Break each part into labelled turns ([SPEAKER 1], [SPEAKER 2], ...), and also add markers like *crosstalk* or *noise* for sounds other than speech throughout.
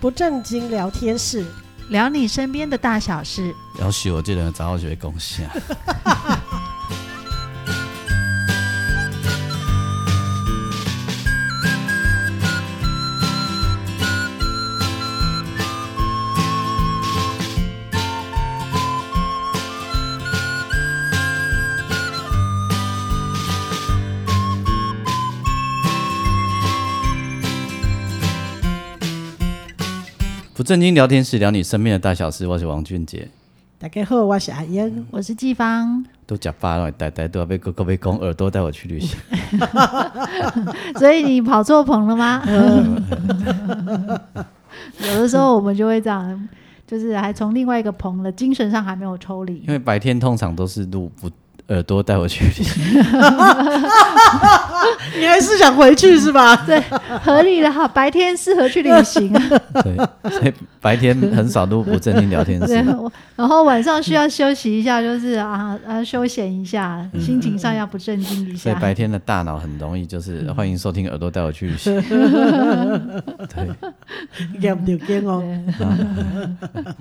[SPEAKER 1] 不正经聊天室，
[SPEAKER 2] 聊你身边的大小事。
[SPEAKER 3] 要许我这人早就会贡献。不正经聊天室，聊你身边的大小事。我是王俊杰，
[SPEAKER 1] 大家好，我是阿燕。
[SPEAKER 2] 我是季芳， *laughs*
[SPEAKER 3] 都假发了，呆呆都要被哥哥被公耳朵带我去旅行。 *laughs*
[SPEAKER 2] 所以你跑错棚了 *laughs* 吗？有的时候我们就会这样，就是还从另外一个棚了，精神上还没有抽离
[SPEAKER 3] 因。为白天通常都是录不耳朵带我去旅行， *laughs*
[SPEAKER 1] 你还是想回去是 *laughs* 吧？
[SPEAKER 2] 对，合理的哈，白天适合去旅行，啊 *laughs*
[SPEAKER 3] 对，所以白天很少录不正经聊天
[SPEAKER 2] *laughs* 对，
[SPEAKER 3] 室。
[SPEAKER 2] 我然后晚上需要休息一下，就是啊啊休闲一下，心情上要不正经一
[SPEAKER 3] 所以
[SPEAKER 2] 下。
[SPEAKER 3] 白天的大脑很容易就是欢迎收听耳朵带我去旅行。对， *laughs*
[SPEAKER 1] 要不要跟哦？
[SPEAKER 2] 对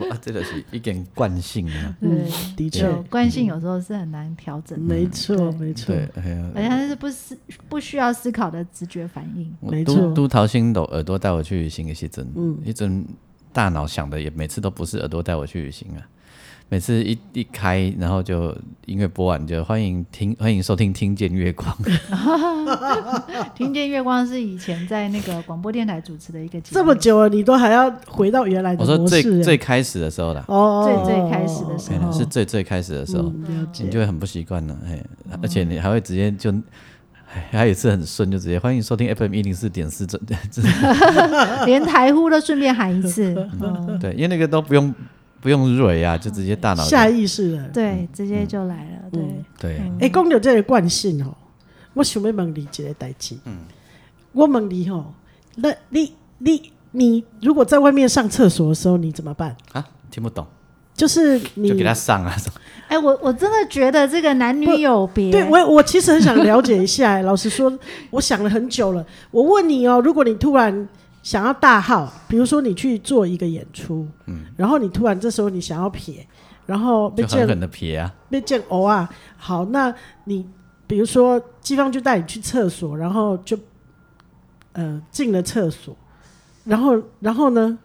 [SPEAKER 3] 哇，这个是一点惯性啊。
[SPEAKER 2] 对，
[SPEAKER 1] 的确，
[SPEAKER 2] 有惯性有时候是很难调整的，
[SPEAKER 1] 没错，
[SPEAKER 2] 对
[SPEAKER 1] 没错，
[SPEAKER 3] 对，哎呀，
[SPEAKER 2] 而且它是不思不需要思考的直觉反应。
[SPEAKER 3] 我
[SPEAKER 1] 没错嗯
[SPEAKER 3] 都都桃心都耳朵带我去旅行的时阵，一阵大脑想的也每次都不是耳朵带我去旅行啊，每次一一开，然后就音乐播完就欢迎听欢迎收听听见
[SPEAKER 1] *laughs*
[SPEAKER 3] 月光，
[SPEAKER 2] 听见月光是以前在那个广播电台主持的一个节目，
[SPEAKER 1] 这么久了，你都还要回到原来的
[SPEAKER 3] 我说
[SPEAKER 1] 模
[SPEAKER 3] 最
[SPEAKER 1] 式欸？
[SPEAKER 3] 最开始的时候啦，
[SPEAKER 1] 哦，
[SPEAKER 2] 最最开始的时
[SPEAKER 3] 哎
[SPEAKER 2] 候，
[SPEAKER 3] 是最最开始的时候，
[SPEAKER 1] 嗯哦了解
[SPEAKER 3] 你就会很不习惯了，哎，而且你还会直接就。哎还有一次很顺，就直接欢迎收听 FM 一零四点四，这这
[SPEAKER 1] 哦
[SPEAKER 2] 连台呼都顺便喊一
[SPEAKER 1] *laughs*
[SPEAKER 2] 次，嗯，
[SPEAKER 3] *laughs* 对，因为那个都不用不用蕊啊，就直接大脑就
[SPEAKER 1] 下意识了。
[SPEAKER 2] 对，直接
[SPEAKER 1] 嗯
[SPEAKER 2] 就来了，对，
[SPEAKER 3] 对，
[SPEAKER 1] 哎，讲到这个惯性哦，我想要问你一个代志。嗯，我问你哦，那你你你如果在外面上厕所的时候，你怎么办？
[SPEAKER 3] 啊，听不懂，
[SPEAKER 1] 就是你
[SPEAKER 3] 就给他上啊，
[SPEAKER 2] 哎，我我真的觉得这个男女有别，
[SPEAKER 1] 对我，我其实很想了解一下、 *laughs* 老实说，我想了很久了。我问你哦、如果你突然想要大号，比如说你去做一个演出，嗯，然后你突然这时候你想要撇，然后被
[SPEAKER 3] 就狠
[SPEAKER 1] 见
[SPEAKER 3] 狠的撇啊，
[SPEAKER 1] 被见偶啊，好，那你比如说季芳就带你去厕所，然后就呃进了厕所，然后然后呢，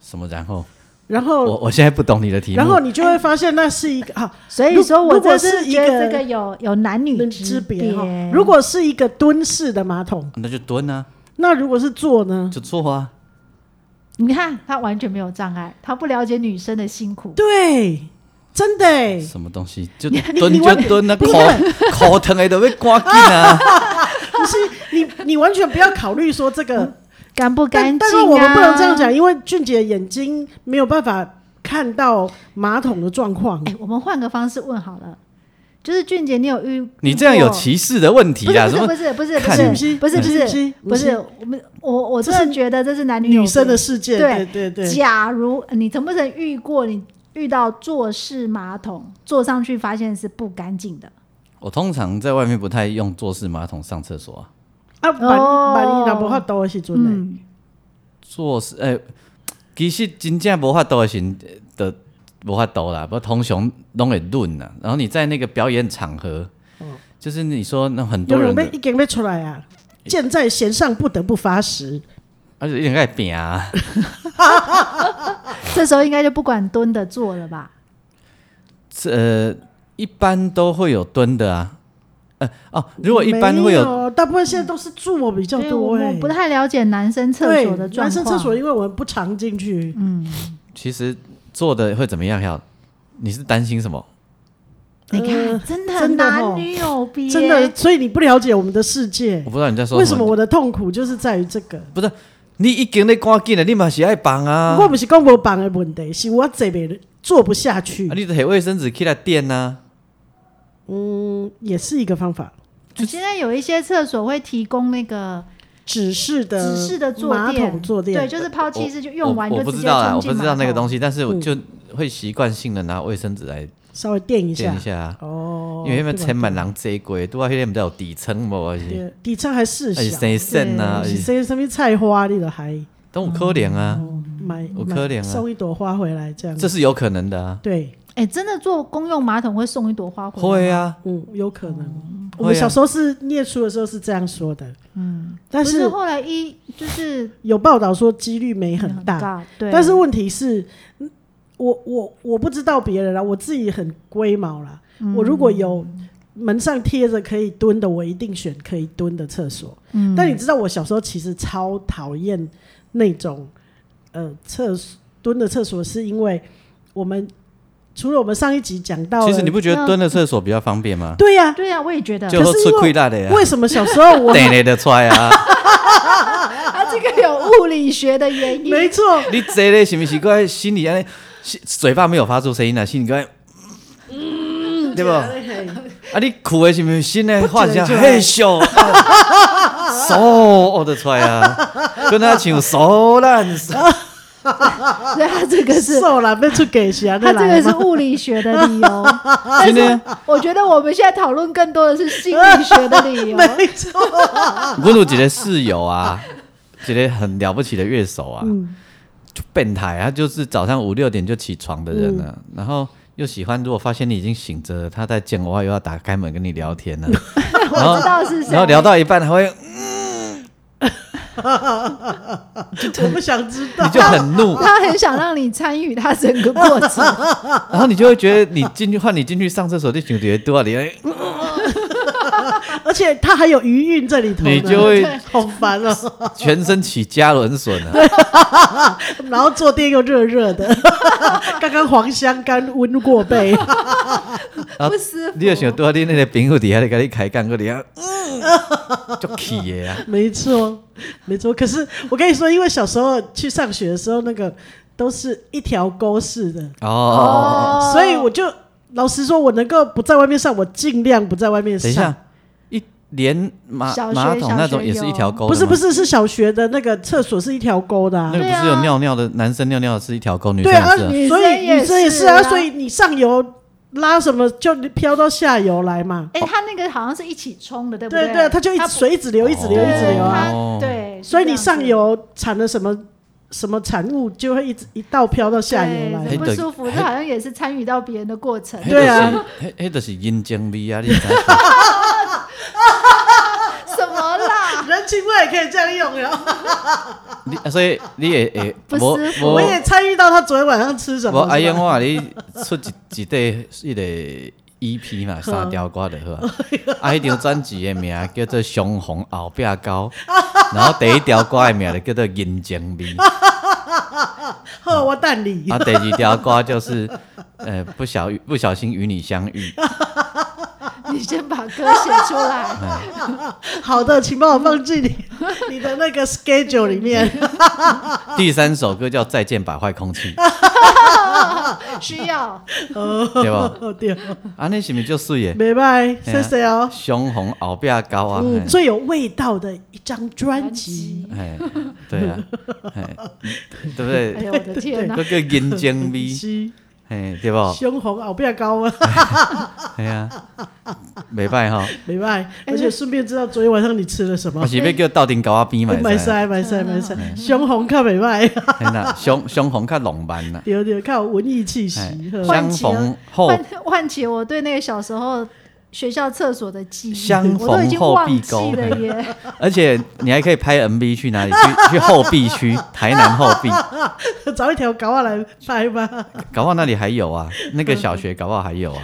[SPEAKER 3] 什么然后？
[SPEAKER 1] 然
[SPEAKER 3] 我
[SPEAKER 1] 后
[SPEAKER 3] 我现在不懂你的题
[SPEAKER 1] 哦
[SPEAKER 3] 目。
[SPEAKER 1] 然后你就会发现那是一个啊。
[SPEAKER 2] 所以说我
[SPEAKER 1] 如果
[SPEAKER 2] 这
[SPEAKER 1] 是一
[SPEAKER 2] 觉
[SPEAKER 1] 个
[SPEAKER 2] 得这个有有男女
[SPEAKER 1] 人
[SPEAKER 2] 之
[SPEAKER 1] 之
[SPEAKER 2] 别
[SPEAKER 1] 别哈，如果是一个蹲式的马桶，
[SPEAKER 3] 那就蹲啊，
[SPEAKER 1] 那如果是坐呢？
[SPEAKER 3] 就坐啊。
[SPEAKER 2] 你看他完全没有障碍，他不了解女生的辛苦，
[SPEAKER 1] 对，真的欸
[SPEAKER 3] 什么东西就
[SPEAKER 2] 你
[SPEAKER 3] 蹲
[SPEAKER 2] 你
[SPEAKER 3] 就
[SPEAKER 2] 问
[SPEAKER 3] 蹲啊，口口疼的都被刮进啊。
[SPEAKER 1] 不是你，你完全不要考虑说这个
[SPEAKER 2] 干不嗯干净、啊
[SPEAKER 1] 但但是我们不能这样讲，因为俊杰眼睛没有办法看到马桶的状况
[SPEAKER 2] 哎、。我们换个方式问好了，就是俊杰，你有遇
[SPEAKER 3] 你这样有
[SPEAKER 2] 歧
[SPEAKER 3] 歧视的问题
[SPEAKER 2] 不
[SPEAKER 3] 啊？
[SPEAKER 2] 是
[SPEAKER 3] 什么
[SPEAKER 2] 不？是不是不
[SPEAKER 3] 看
[SPEAKER 2] 是
[SPEAKER 3] 你
[SPEAKER 2] 不是哎不是不
[SPEAKER 1] 你信
[SPEAKER 2] 是
[SPEAKER 1] 不信
[SPEAKER 2] 不
[SPEAKER 1] 你
[SPEAKER 2] 是我们我我
[SPEAKER 1] 这
[SPEAKER 2] 真的
[SPEAKER 1] 是
[SPEAKER 2] 觉得这是男女有
[SPEAKER 1] 女生
[SPEAKER 2] 别
[SPEAKER 1] 的世界，
[SPEAKER 2] 对
[SPEAKER 1] 对对对，
[SPEAKER 2] 假如你曾不曾遇过你遇到坐式马桶，坐上去发现是不干净的？
[SPEAKER 3] 我通常在外面不太用坐式马桶上厕所啊。
[SPEAKER 1] 啊，把
[SPEAKER 2] 哦
[SPEAKER 1] 把你老婆发抖的时阵呢，
[SPEAKER 2] 嗯，
[SPEAKER 3] 坐式诶，其实真正无法度的时的无法度啦，不通常拢会论啊。然后你在那个表演场合，就是你说那很多
[SPEAKER 1] 哦有
[SPEAKER 3] 人
[SPEAKER 1] 人
[SPEAKER 3] 的哎
[SPEAKER 1] 被一点被出来啊。箭在弦上，不得不发誓。
[SPEAKER 3] 而且一点爱扁啊，
[SPEAKER 2] 这时候应该就不管蹲的坐了吧？
[SPEAKER 3] 这呃一般都会有蹲的啊。呃哦，如果一般会有
[SPEAKER 1] 没大部分现在都是坐比较
[SPEAKER 2] 所以
[SPEAKER 1] 多、
[SPEAKER 2] 我
[SPEAKER 1] 欸。
[SPEAKER 2] 我不太了解男生厕所
[SPEAKER 1] 对
[SPEAKER 2] 的状况。嗯
[SPEAKER 1] 男生厕所，呃因为我们不常进去。
[SPEAKER 3] 其实做的会怎么样？要你是担心什么？
[SPEAKER 2] 你看，真的
[SPEAKER 1] 真的
[SPEAKER 2] 男
[SPEAKER 1] 哦
[SPEAKER 2] 女有别，
[SPEAKER 1] 真的，所以你不了解我们的世界
[SPEAKER 3] 我。不知道你在说
[SPEAKER 1] 为什么我的痛苦就是在于这个？
[SPEAKER 3] 不是你已经在赶紧了，你嘛是爱绑啊
[SPEAKER 1] 我，不是讲无绑的问题，是我这边做不下去
[SPEAKER 3] 啊，你摕卫生纸起来垫啊呐、
[SPEAKER 1] 嗯也是一个方法。
[SPEAKER 2] 现在有一些厕所会提供那个
[SPEAKER 1] 指示的
[SPEAKER 2] 指示的坐
[SPEAKER 1] 马
[SPEAKER 2] 垫
[SPEAKER 1] 桶坐
[SPEAKER 2] 对，
[SPEAKER 1] 垫，
[SPEAKER 2] 就是抛弃式就用完
[SPEAKER 3] 我
[SPEAKER 2] 就
[SPEAKER 3] 我不
[SPEAKER 2] 直
[SPEAKER 3] 知
[SPEAKER 2] 接
[SPEAKER 3] 道啦，
[SPEAKER 2] 冲
[SPEAKER 3] 我
[SPEAKER 2] 进
[SPEAKER 3] 不知道那个
[SPEAKER 2] 马桶
[SPEAKER 3] 东西，但是我
[SPEAKER 1] 嗯
[SPEAKER 3] 就会习惯性的拿卫生纸来
[SPEAKER 1] 稍微垫一
[SPEAKER 3] 垫
[SPEAKER 1] 下
[SPEAKER 3] 一。下、啊，
[SPEAKER 1] 哦，
[SPEAKER 3] 因为那边
[SPEAKER 1] 对吧
[SPEAKER 3] 千满人这一过，拄啊迄个毋知有底层无，还是
[SPEAKER 1] 对底层还是啊
[SPEAKER 3] 还是
[SPEAKER 1] 小，
[SPEAKER 3] 生肾啊，还
[SPEAKER 1] 是
[SPEAKER 3] 是
[SPEAKER 1] 生什么菜花你都还
[SPEAKER 3] 都有可能啊，
[SPEAKER 1] 买
[SPEAKER 3] 有
[SPEAKER 1] 买
[SPEAKER 3] 可能啊
[SPEAKER 1] 送一朵花回来这样
[SPEAKER 3] 这。是有可能的啊。
[SPEAKER 1] 对，
[SPEAKER 2] 哎、真的做公用马桶会送一朵花回来？
[SPEAKER 3] 会，啊，
[SPEAKER 1] 嗯，有可能。我
[SPEAKER 3] 会
[SPEAKER 1] 们
[SPEAKER 3] 啊
[SPEAKER 1] 小时候是念书的时候是这样说的，嗯，但
[SPEAKER 2] 不是
[SPEAKER 1] 是
[SPEAKER 2] 后来一就是
[SPEAKER 1] 有报道说几率没很大，
[SPEAKER 2] 大，对，
[SPEAKER 1] 但是问题是，嗯我我我不知道别人啦，我自己很龟毛啦。
[SPEAKER 2] 嗯
[SPEAKER 1] 我如果有门上贴着可以蹲的，我一定选可以蹲的厕所。
[SPEAKER 2] 嗯
[SPEAKER 1] 但你知道，我小时候其实超讨厌那种呃厕所蹲的厕所，是因为我们除了我们上一集讲到了，
[SPEAKER 3] 其实你不觉得蹲的厕所比较方便吗？
[SPEAKER 1] 对呀、
[SPEAKER 2] 对啊，我也觉得
[SPEAKER 3] 就
[SPEAKER 1] 可
[SPEAKER 3] 喝
[SPEAKER 1] 是
[SPEAKER 3] 吃
[SPEAKER 1] 因为
[SPEAKER 3] 亏大的呀，
[SPEAKER 1] 为什么小时候
[SPEAKER 3] *laughs*
[SPEAKER 1] 我
[SPEAKER 3] 等你的出来啊！
[SPEAKER 2] 啊，这个有物理学的原因，
[SPEAKER 1] 没错，
[SPEAKER 3] 你坐咧是不是怪心里安尼，心嘴巴没有发出声音啊，心里怪，嗯，对不？啊，你哭的是不是心呢？
[SPEAKER 1] 不觉
[SPEAKER 3] 话
[SPEAKER 1] 得
[SPEAKER 3] 一下
[SPEAKER 1] 就
[SPEAKER 3] 嘿咻， *laughs* 手哦得出来啊，跟他像手烂手，
[SPEAKER 1] *laughs*
[SPEAKER 2] 所以它这个 *laughs* 是
[SPEAKER 1] 瘦了被出给谁啊？
[SPEAKER 2] 它这
[SPEAKER 1] 来
[SPEAKER 2] 个是
[SPEAKER 1] 吗
[SPEAKER 2] 物理学的
[SPEAKER 1] *laughs*
[SPEAKER 2] 理由。但
[SPEAKER 3] 真的
[SPEAKER 2] 是我觉得我们现在讨论更多的是心理学的理
[SPEAKER 1] *laughs*
[SPEAKER 2] 由。
[SPEAKER 1] 没错，
[SPEAKER 3] 我有一个室友啊，一个很了不起的乐手啊，
[SPEAKER 2] 嗯
[SPEAKER 3] 就变态，他就是早上五六点就起床的人
[SPEAKER 2] 嗯
[SPEAKER 3] 啊，然后又喜欢，如果发现你已经醒着了，他在讲话又要打开门跟你聊
[SPEAKER 2] *laughs*
[SPEAKER 3] 天呢、啊，然后
[SPEAKER 2] 我知道是谁
[SPEAKER 3] 然后聊到一半还
[SPEAKER 2] *laughs*
[SPEAKER 3] 会，
[SPEAKER 1] 我不想知道
[SPEAKER 3] 你。就很怒，
[SPEAKER 2] 他很想让你参与他整个过
[SPEAKER 3] *laughs*
[SPEAKER 2] 程，
[SPEAKER 3] 然后你就会觉得你进去换你进去上厕所就想觉得多啊，你
[SPEAKER 2] *laughs*
[SPEAKER 1] 而且它还有余韵在里头呢，
[SPEAKER 3] 你就会
[SPEAKER 1] 对 *laughs* 好烦哦。 *laughs*
[SPEAKER 3] 全身起加仑笋
[SPEAKER 2] *laughs*
[SPEAKER 3] 啊，
[SPEAKER 1] 然后坐垫又热热的， *laughs* 刚刚黄香干温过背， *laughs*
[SPEAKER 3] 啊
[SPEAKER 2] 不舒服
[SPEAKER 3] 你。就想多你那个朋友底下在跟你开干，跟你啊，就气的啊，
[SPEAKER 1] 没错，没错。可是我跟你说，因为小时候去上学的时候，那个都是一条沟式的，
[SPEAKER 3] 哦，
[SPEAKER 1] 所以我就老实说，我能够不在外面上，我尽量不在外面
[SPEAKER 3] 等一
[SPEAKER 1] 上。
[SPEAKER 3] 下，一连马
[SPEAKER 2] 小学
[SPEAKER 3] 马桶那
[SPEAKER 2] 小
[SPEAKER 3] 种
[SPEAKER 2] 学
[SPEAKER 3] 也是一条沟的吗，
[SPEAKER 1] 不是不是，是小学的那个厕所是一条沟的、啊
[SPEAKER 3] 那个。
[SPEAKER 2] 对
[SPEAKER 3] 不
[SPEAKER 2] 啊
[SPEAKER 3] 是有尿尿的，男生尿尿是一条沟，女
[SPEAKER 1] 对
[SPEAKER 3] 生也
[SPEAKER 1] 啊，
[SPEAKER 3] 是啊。
[SPEAKER 2] 女
[SPEAKER 1] 所
[SPEAKER 2] 生
[SPEAKER 1] 以
[SPEAKER 2] 也
[SPEAKER 1] 女生也
[SPEAKER 2] 是
[SPEAKER 1] 是
[SPEAKER 2] 啊
[SPEAKER 1] 啊，所以你上游拉什么就飘到下游来嘛。
[SPEAKER 2] 哎，他那个好像是一起冲的，对不
[SPEAKER 1] 对
[SPEAKER 2] 对，
[SPEAKER 1] 对，它就一直
[SPEAKER 2] 不
[SPEAKER 1] 水一直流，一直流，
[SPEAKER 2] 对
[SPEAKER 1] 一直流啊。
[SPEAKER 3] 哦
[SPEAKER 2] 它对，
[SPEAKER 1] 所以你
[SPEAKER 2] 是这样
[SPEAKER 1] 上
[SPEAKER 2] 子
[SPEAKER 1] 游产了什么什么产物，就会一直一道飘到下游
[SPEAKER 2] 对，
[SPEAKER 1] 来。
[SPEAKER 2] 很不舒服，
[SPEAKER 3] 哎
[SPEAKER 2] 这好像也是参与到别人的过程。
[SPEAKER 3] 那
[SPEAKER 1] 对啊
[SPEAKER 3] 就是，那那就是阴茎味啊！你知道吗
[SPEAKER 2] *laughs* 什么啦？
[SPEAKER 1] 人情味也可以这样用哟。
[SPEAKER 3] 你啊所以你也
[SPEAKER 1] *laughs*
[SPEAKER 3] 也
[SPEAKER 2] 不
[SPEAKER 3] 我
[SPEAKER 2] 舒服
[SPEAKER 1] 我也参与到他昨天晚上吃什
[SPEAKER 3] 无
[SPEAKER 1] 么。
[SPEAKER 3] 阿
[SPEAKER 1] 是
[SPEAKER 3] 英，
[SPEAKER 1] 吧
[SPEAKER 3] 我话你出一一块迄个 EP 嘛，三条歌就好
[SPEAKER 1] *laughs*
[SPEAKER 3] 啊。
[SPEAKER 1] 哎
[SPEAKER 3] 啊，迄张专辑的名叫做《相逢后壁高》，然后第一条歌的名就叫做《人情味》，
[SPEAKER 1] 呵，我蛋你。
[SPEAKER 3] 啊，第二条歌就是呃不小不小心与你相遇。
[SPEAKER 2] 你先把歌写出来。
[SPEAKER 1] 好的，请帮我放进你 *laughs* 你的那个 schedule 里面。
[SPEAKER 3] 第三首歌叫《再见吧，坏空气》，
[SPEAKER 2] *laughs*
[SPEAKER 1] *laughs*
[SPEAKER 2] 需要
[SPEAKER 3] 对吧？
[SPEAKER 1] 哦 *laughs* 对，
[SPEAKER 3] 啊，那是不是就水的？
[SPEAKER 1] 拜拜，
[SPEAKER 3] 嘿
[SPEAKER 1] 谢
[SPEAKER 3] 啊
[SPEAKER 1] 谢哦。
[SPEAKER 3] 相逢后壁高啊！
[SPEAKER 1] 嗯，
[SPEAKER 3] 嘿
[SPEAKER 1] 最有味道的一张专辑。
[SPEAKER 3] 哎，对啊，哎，对不对
[SPEAKER 2] 哎？呦我的天哪！
[SPEAKER 3] 那个人情
[SPEAKER 1] *laughs*
[SPEAKER 3] 味，
[SPEAKER 1] 是
[SPEAKER 3] 哎，对不？
[SPEAKER 1] 胸红后壁高啊，
[SPEAKER 3] 系啊，袂歹
[SPEAKER 1] *laughs*
[SPEAKER 3] 吼，
[SPEAKER 1] 拜拜。而且顺便知道昨天晚上你吃了什
[SPEAKER 3] 我
[SPEAKER 1] 么。
[SPEAKER 3] 是要叫斗阵狗仔
[SPEAKER 1] *laughs*
[SPEAKER 3] 边嘛，
[SPEAKER 1] 买晒买晒买晒，胸红看美卖。
[SPEAKER 3] 嘿啦，相相逢较浪漫啦，
[SPEAKER 1] 对对，看有文艺气息
[SPEAKER 3] 嘿。
[SPEAKER 1] 呵
[SPEAKER 3] 相逢后
[SPEAKER 2] 唤唤起我对那个小时候学校厕所的记忆，
[SPEAKER 3] 相
[SPEAKER 2] 我都已经
[SPEAKER 3] 逢后
[SPEAKER 2] 忘
[SPEAKER 3] 必
[SPEAKER 2] 记
[SPEAKER 3] 勾
[SPEAKER 2] 了耶。
[SPEAKER 3] 而且你还可以拍 MV 去哪里？去去后壁区，台南后壁，
[SPEAKER 1] 找一条狗仔来拍吧。
[SPEAKER 3] 搞不好那里还有啊，那个小学搞不好还有啊，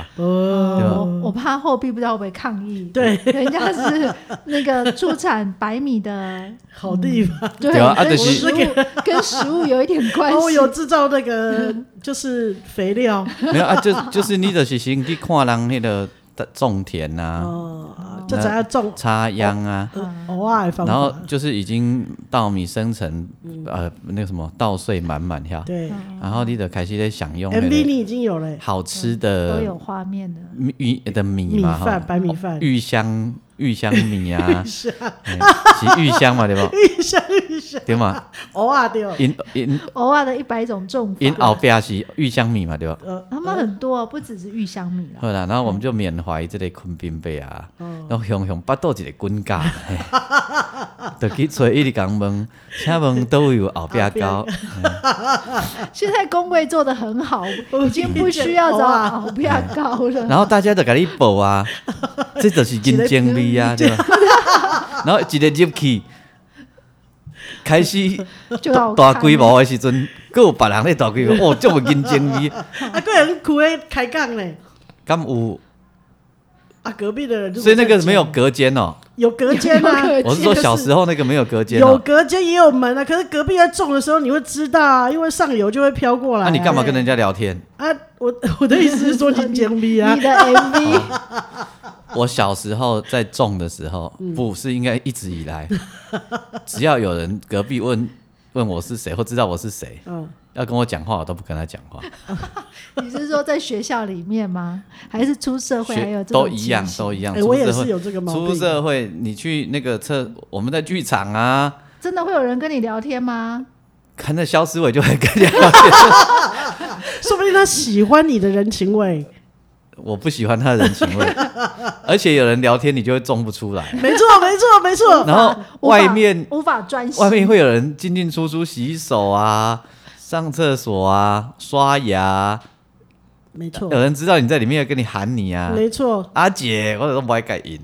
[SPEAKER 2] 我
[SPEAKER 1] 哦，
[SPEAKER 2] 我怕后壁不知道会不会抗议。
[SPEAKER 1] 对，
[SPEAKER 2] 人家是那个出产百米的，
[SPEAKER 1] 好地方。
[SPEAKER 2] 对
[SPEAKER 3] *laughs* 对啊啊
[SPEAKER 2] 跟
[SPEAKER 3] 就是
[SPEAKER 2] 食物跟食物有一点关
[SPEAKER 1] 哦，
[SPEAKER 2] 系。
[SPEAKER 1] 有制造那个就是肥料
[SPEAKER 3] 没有啊，就就是你就是先去看人迄个种田啊、
[SPEAKER 1] 哦，就怎样种
[SPEAKER 3] 插秧啊，
[SPEAKER 1] 偶尔的方
[SPEAKER 3] 然后
[SPEAKER 1] 法。
[SPEAKER 3] 就是已经稻米生成，呃，那个什么稻穗满满呀，
[SPEAKER 1] 嗯对
[SPEAKER 3] 然后你就开始在享用那个
[SPEAKER 1] ，MV 你已经有了
[SPEAKER 3] 好吃
[SPEAKER 2] 都
[SPEAKER 3] 的
[SPEAKER 2] 有画面的，
[SPEAKER 3] 米的米
[SPEAKER 1] 嗯米
[SPEAKER 3] 嘛，哈
[SPEAKER 1] 饭、白米饭，
[SPEAKER 3] 芋香芋香米啊，
[SPEAKER 1] *laughs*
[SPEAKER 3] 哎是芋香嘛对吧？芋香芋香对嘛？
[SPEAKER 1] 偶尔掉，
[SPEAKER 3] 因因
[SPEAKER 2] 偶尔的一百种种
[SPEAKER 3] 因
[SPEAKER 2] 法，
[SPEAKER 3] 后边是芋香米嘛对吧？
[SPEAKER 1] 呃，
[SPEAKER 2] 他们很多，不只是玉香米啦。
[SPEAKER 3] 好啦，然后我们就缅怀这个昆宾贝啊，
[SPEAKER 1] 哦
[SPEAKER 3] 然后熊熊巴肚一个滚架，嘿就去找伊直讲问，请问都有后壁高，
[SPEAKER 2] 现在工位做的很好，
[SPEAKER 1] 我
[SPEAKER 2] 已经不需要找熬比较高了。
[SPEAKER 3] 然后大家就给你报啊，这就是金精味啊，对吧？然后一个入去，开始
[SPEAKER 2] 就要
[SPEAKER 3] 大
[SPEAKER 2] 看
[SPEAKER 3] 规模的时阵，还有别人咧大规模，哦，这么金精味，
[SPEAKER 1] 啊，个人苦诶开杠嘞，
[SPEAKER 3] 敢有？
[SPEAKER 1] 啊，隔壁的人就不
[SPEAKER 3] 所以那个
[SPEAKER 1] 在
[SPEAKER 3] 没有
[SPEAKER 1] 讲
[SPEAKER 3] 隔间哦，
[SPEAKER 1] 有隔间
[SPEAKER 2] 有
[SPEAKER 1] 啊
[SPEAKER 2] 隔，间
[SPEAKER 3] 我是说小时候那个没有隔间
[SPEAKER 1] 有
[SPEAKER 3] 哦，
[SPEAKER 1] 隔间也有门啊，可是隔壁在种的时候你会知道啊，因为上游就会飘过来、
[SPEAKER 3] 那
[SPEAKER 1] 啊。
[SPEAKER 3] 你干嘛跟人家聊天？
[SPEAKER 1] 啊？我 *laughs* 我的意思是说金江逼啊
[SPEAKER 3] *laughs*
[SPEAKER 2] 你，的 MV
[SPEAKER 3] 我小时候在种的时候，
[SPEAKER 1] 嗯
[SPEAKER 3] 不是应该一直以来，只要有人隔壁问问我是谁，或知道我是谁，
[SPEAKER 1] 嗯，
[SPEAKER 3] 要跟我讲话，我都不跟他讲话，
[SPEAKER 2] *laughs* 你是说在学校里面吗？还是出社会还有
[SPEAKER 3] 学
[SPEAKER 2] 这种
[SPEAKER 3] 都一样
[SPEAKER 2] 情，形
[SPEAKER 3] 都一样。
[SPEAKER 1] 哎、
[SPEAKER 3] 出
[SPEAKER 1] 我也
[SPEAKER 3] 社
[SPEAKER 1] 是
[SPEAKER 3] 会，
[SPEAKER 1] 有这个毛
[SPEAKER 3] 出
[SPEAKER 1] 病。啊
[SPEAKER 3] 社会，你去那个厕，我们在剧场啊，
[SPEAKER 2] 真的会有人跟你聊天吗？
[SPEAKER 3] 看那肖思伟就会跟人家聊天。
[SPEAKER 1] 说不定他喜欢你的人情味，
[SPEAKER 3] 我不喜欢他的人情味，而且有人聊天，你就会种不出来。
[SPEAKER 1] 没错，没错，没错。
[SPEAKER 3] 然后
[SPEAKER 2] 无法
[SPEAKER 3] 外面
[SPEAKER 2] 无法专心，
[SPEAKER 3] 外面会有人进进出出洗手啊、上厕所啊、刷牙啊、
[SPEAKER 1] 没错
[SPEAKER 3] 有，人知道你在里面，要跟你喊你啊，
[SPEAKER 1] 没错，
[SPEAKER 3] 阿姐，我都不爱改
[SPEAKER 1] *laughs*
[SPEAKER 3] 音，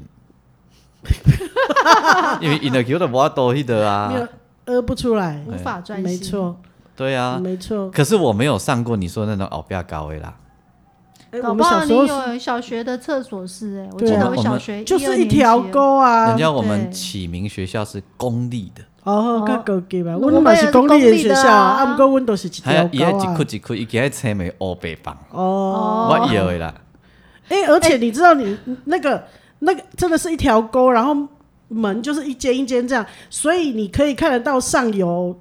[SPEAKER 3] 因为音的球都无法多迄个
[SPEAKER 1] 没有
[SPEAKER 3] 啊，
[SPEAKER 1] 呃不出来，
[SPEAKER 2] 无法专心，
[SPEAKER 1] 哎没。错，
[SPEAKER 3] 对啊。
[SPEAKER 1] 没错。
[SPEAKER 3] 可是我没有上过你说的那种奥比亚高的啦，
[SPEAKER 1] 哎
[SPEAKER 2] 搞
[SPEAKER 1] 我
[SPEAKER 2] 不
[SPEAKER 1] 们
[SPEAKER 2] 好
[SPEAKER 1] 小
[SPEAKER 2] 你
[SPEAKER 1] 时候
[SPEAKER 2] 有小学的厕所是哎、我记
[SPEAKER 1] 对啊
[SPEAKER 2] 得我
[SPEAKER 3] 我
[SPEAKER 2] 小
[SPEAKER 3] 们
[SPEAKER 2] 学
[SPEAKER 1] 就是一
[SPEAKER 2] 一
[SPEAKER 1] 条沟啊
[SPEAKER 3] 人。家我们
[SPEAKER 2] 对
[SPEAKER 3] 启明学校是公立的，
[SPEAKER 1] 哦
[SPEAKER 2] 哦，
[SPEAKER 1] 看狗给吧，
[SPEAKER 2] 我
[SPEAKER 1] 我们嘛是公立人学校啊，
[SPEAKER 2] 们也是公立的啊
[SPEAKER 1] 啊，不过阮都是一条
[SPEAKER 3] 还有伊爱
[SPEAKER 1] 沟
[SPEAKER 3] 一
[SPEAKER 1] 啊
[SPEAKER 3] 窟。一窟，伊个爱青梅乌白棒，
[SPEAKER 1] 哦，
[SPEAKER 2] 哦
[SPEAKER 3] 我有的啦。
[SPEAKER 1] 哎，而且你知道你那个那个真的是一条沟，然后门就是一间一间这样，所以你可以看得到上游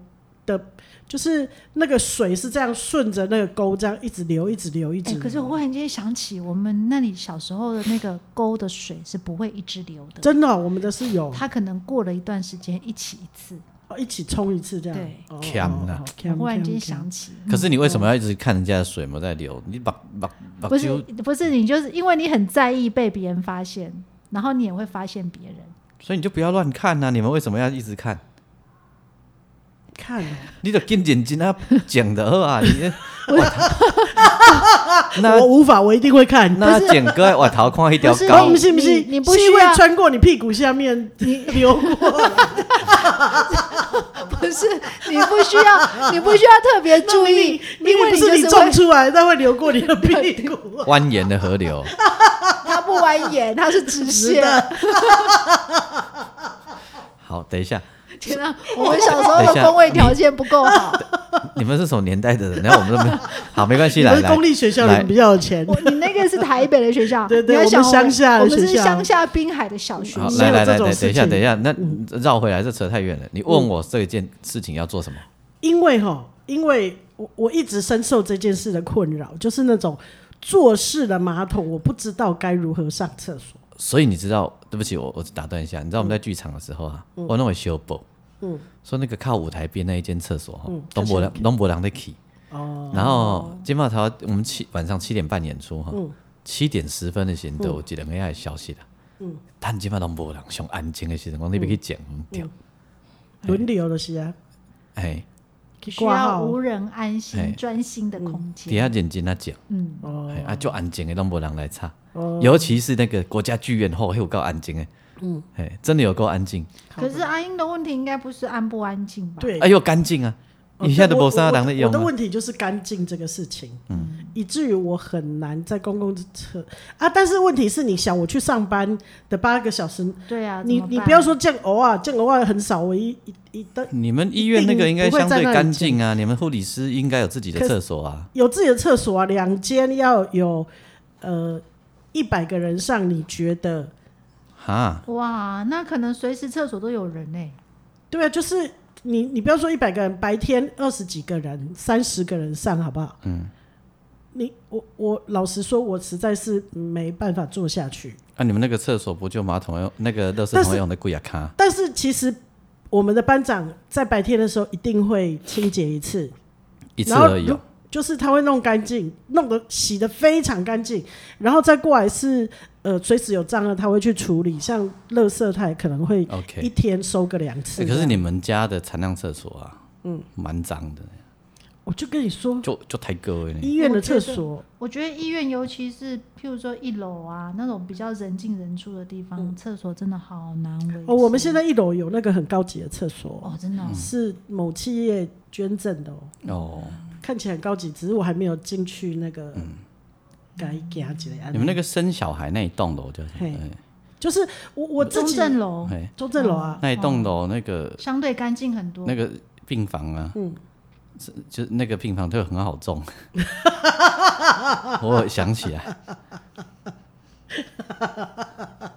[SPEAKER 1] 的。就是那个水是这样顺着那个沟这样一直流，一直流，一
[SPEAKER 2] 哎、
[SPEAKER 1] 直流。
[SPEAKER 2] 可是我忽然间想起，我们那里小时候的那个沟的水是不会一直流的，
[SPEAKER 1] 真的哦、我们的是有
[SPEAKER 2] 它可能过了一段时间一起一次。
[SPEAKER 1] 哦一起冲一次这样。
[SPEAKER 2] 对
[SPEAKER 1] 哦，
[SPEAKER 3] 强啊
[SPEAKER 2] 我忽然间
[SPEAKER 1] 间
[SPEAKER 2] 想起，嗯
[SPEAKER 3] 可是你为
[SPEAKER 1] 嗯
[SPEAKER 3] 什么要一直看人家的水没在流？你把把把
[SPEAKER 2] 不是
[SPEAKER 3] 就，
[SPEAKER 2] 不是你就是因为你很在意被别人发现，然后你也会发现别人。
[SPEAKER 3] 所以你就不要乱看呐、啊你们为什么要一直看？
[SPEAKER 1] 看哦，
[SPEAKER 3] 你就跟眼睛啊讲的好啊，你我
[SPEAKER 1] *laughs*
[SPEAKER 3] 头那
[SPEAKER 1] 我无法，我一定会看。
[SPEAKER 3] 那剪哥我头看一条
[SPEAKER 2] 不是
[SPEAKER 1] 我
[SPEAKER 3] 高
[SPEAKER 1] 们信 *laughs* 不
[SPEAKER 2] 你
[SPEAKER 1] 信？
[SPEAKER 2] 你不
[SPEAKER 1] 是
[SPEAKER 2] 需要
[SPEAKER 1] 会穿过你屁股下面流过，
[SPEAKER 2] *laughs* 不是你不需要，你不需要特别注意，
[SPEAKER 1] 明
[SPEAKER 2] 因
[SPEAKER 1] 明
[SPEAKER 2] 为
[SPEAKER 1] 不
[SPEAKER 2] 就是
[SPEAKER 1] 你
[SPEAKER 2] 是
[SPEAKER 1] 种
[SPEAKER 2] 会
[SPEAKER 1] 出来，但会流过你的屁股。
[SPEAKER 3] 蜿蜒的河流，
[SPEAKER 2] 它不蜿蜒，它是直线。
[SPEAKER 3] 好，等一下，
[SPEAKER 2] 天 *laughs* 啊，我们小时候的工位条件不够好，
[SPEAKER 3] 你们是什么年代的人？然后我们都
[SPEAKER 1] *laughs*
[SPEAKER 3] 没有，好，没关系，
[SPEAKER 1] 你
[SPEAKER 3] 来
[SPEAKER 1] 们
[SPEAKER 3] 来
[SPEAKER 1] 公，立学校
[SPEAKER 3] 来
[SPEAKER 1] 你们比较有钱，
[SPEAKER 2] 我你那个是台北的学校，
[SPEAKER 1] 对对
[SPEAKER 2] 你要想
[SPEAKER 1] 我们乡下的
[SPEAKER 2] 我们是
[SPEAKER 1] 学校
[SPEAKER 2] 乡下滨海的小学
[SPEAKER 3] 好，
[SPEAKER 1] 没有
[SPEAKER 3] 来来
[SPEAKER 1] 这
[SPEAKER 3] 来
[SPEAKER 1] 种
[SPEAKER 3] 来，
[SPEAKER 1] 事
[SPEAKER 3] 等一下，
[SPEAKER 1] 情
[SPEAKER 3] 等一下，那绕回来，这扯太远了。你问我这件事情要做什么？
[SPEAKER 1] 因为哈，因为我我一直深受这件事的困扰，就是那种坐式的马桶，我不知道该如何上厕所。
[SPEAKER 3] 所以你知道，对不起，我我打断一下，你知道我们在剧场的时候啊，我那会修补，嗯，说那个靠舞台边那一间厕所哈，东伯良东伯良的 key，哦，然后金茂桃我们七晚上七点半演出哈，七点十分的时候，有一个人爱消息啦，嗯，但金茂东伯良上安静的时候，我那边去讲，嗯，对
[SPEAKER 1] 轮流的是啊，
[SPEAKER 3] 哎，
[SPEAKER 2] 需要无人安心、专心的空
[SPEAKER 3] 底
[SPEAKER 2] 间。
[SPEAKER 3] 下认哎真啊讲，
[SPEAKER 2] 嗯，
[SPEAKER 1] 哦，
[SPEAKER 3] 哎啊就安静的都没人来吵，尤其是那个国家剧院后，还有够安静的，嗯，哎，真的有够安静，
[SPEAKER 2] 可是阿英的问题应该不是安不安静吧？
[SPEAKER 1] 对
[SPEAKER 3] 哎，又干净啊，
[SPEAKER 1] 哦
[SPEAKER 3] 你现在都
[SPEAKER 1] 对
[SPEAKER 3] 没
[SPEAKER 1] 我
[SPEAKER 3] 啥人
[SPEAKER 1] 我
[SPEAKER 3] 在用
[SPEAKER 1] 我的
[SPEAKER 3] 啊。
[SPEAKER 1] 问题就是干净这个事情，嗯，以至于我很难在公共厕啊。但是问题是你想，我去上班的八个小时，
[SPEAKER 2] 对啊，
[SPEAKER 1] 你
[SPEAKER 2] 怎么
[SPEAKER 1] 你
[SPEAKER 2] 办
[SPEAKER 1] 不要说啊见偶尔见偶尔很少，我一一一的
[SPEAKER 3] 你们医院那个应该相对干净啊，你们护理师应该有自己的
[SPEAKER 1] 可是
[SPEAKER 3] 厕所啊。
[SPEAKER 1] 有自己的厕所啊，两间要有呃一百个人上，你觉得
[SPEAKER 3] 哈，
[SPEAKER 2] 哇，那可能随时厕所都有人呢、
[SPEAKER 1] 对啊？就是你你不要说一百个人，白天二十几个人、三十个人上，好不好？嗯。你我我老实说，我实在是没办法做下去。
[SPEAKER 3] 啊，你们那个厕所不就马桶用那个垃圾
[SPEAKER 1] 但是
[SPEAKER 3] 桶用的贵啊卡？
[SPEAKER 1] 但是其实我们的班长在白天的时候一定会清洁一次，
[SPEAKER 3] 一次
[SPEAKER 1] 然后
[SPEAKER 3] 而已、
[SPEAKER 1] 如
[SPEAKER 3] 哦。
[SPEAKER 1] 就是他会弄干净，弄得洗得非常干净，然后再过来是呃，随时有脏了他会去处理，像垃圾他也可能会
[SPEAKER 3] OK，
[SPEAKER 1] 一啊天收个两次
[SPEAKER 3] 欸
[SPEAKER 1] 这
[SPEAKER 3] 可
[SPEAKER 1] 样、
[SPEAKER 3] 是你们家的残障厕所啊，嗯，蛮脏的，
[SPEAKER 1] 我就跟你说，
[SPEAKER 3] 就就太各位呢。
[SPEAKER 1] 医院的厕所
[SPEAKER 2] 我觉得医院，尤其是譬如说一楼啊那种比较人进人出的地方，厕所真的好难维持。
[SPEAKER 1] 嗯哦，我们现在一嗯楼有那个很高级的厕所，
[SPEAKER 2] 哦，真的哦、
[SPEAKER 1] 是某企业捐赠的哦，
[SPEAKER 3] 哦，
[SPEAKER 2] 嗯
[SPEAKER 1] 看起来很高级，只是我还没有进去那个该给他几类案
[SPEAKER 2] 嗯
[SPEAKER 3] 你们那个生小孩那一栋楼叫什
[SPEAKER 1] 嘿
[SPEAKER 3] 么？
[SPEAKER 1] 就是我我自
[SPEAKER 2] 中
[SPEAKER 1] 己
[SPEAKER 2] 正楼
[SPEAKER 3] 哎，嘿
[SPEAKER 1] 中正楼啊，
[SPEAKER 3] 那一栋楼那个
[SPEAKER 2] 相对干净很多。
[SPEAKER 3] 那个病房啊，嗯，就那个病房就很好
[SPEAKER 1] *laughs*
[SPEAKER 3] 种。我有想起来，
[SPEAKER 2] 哦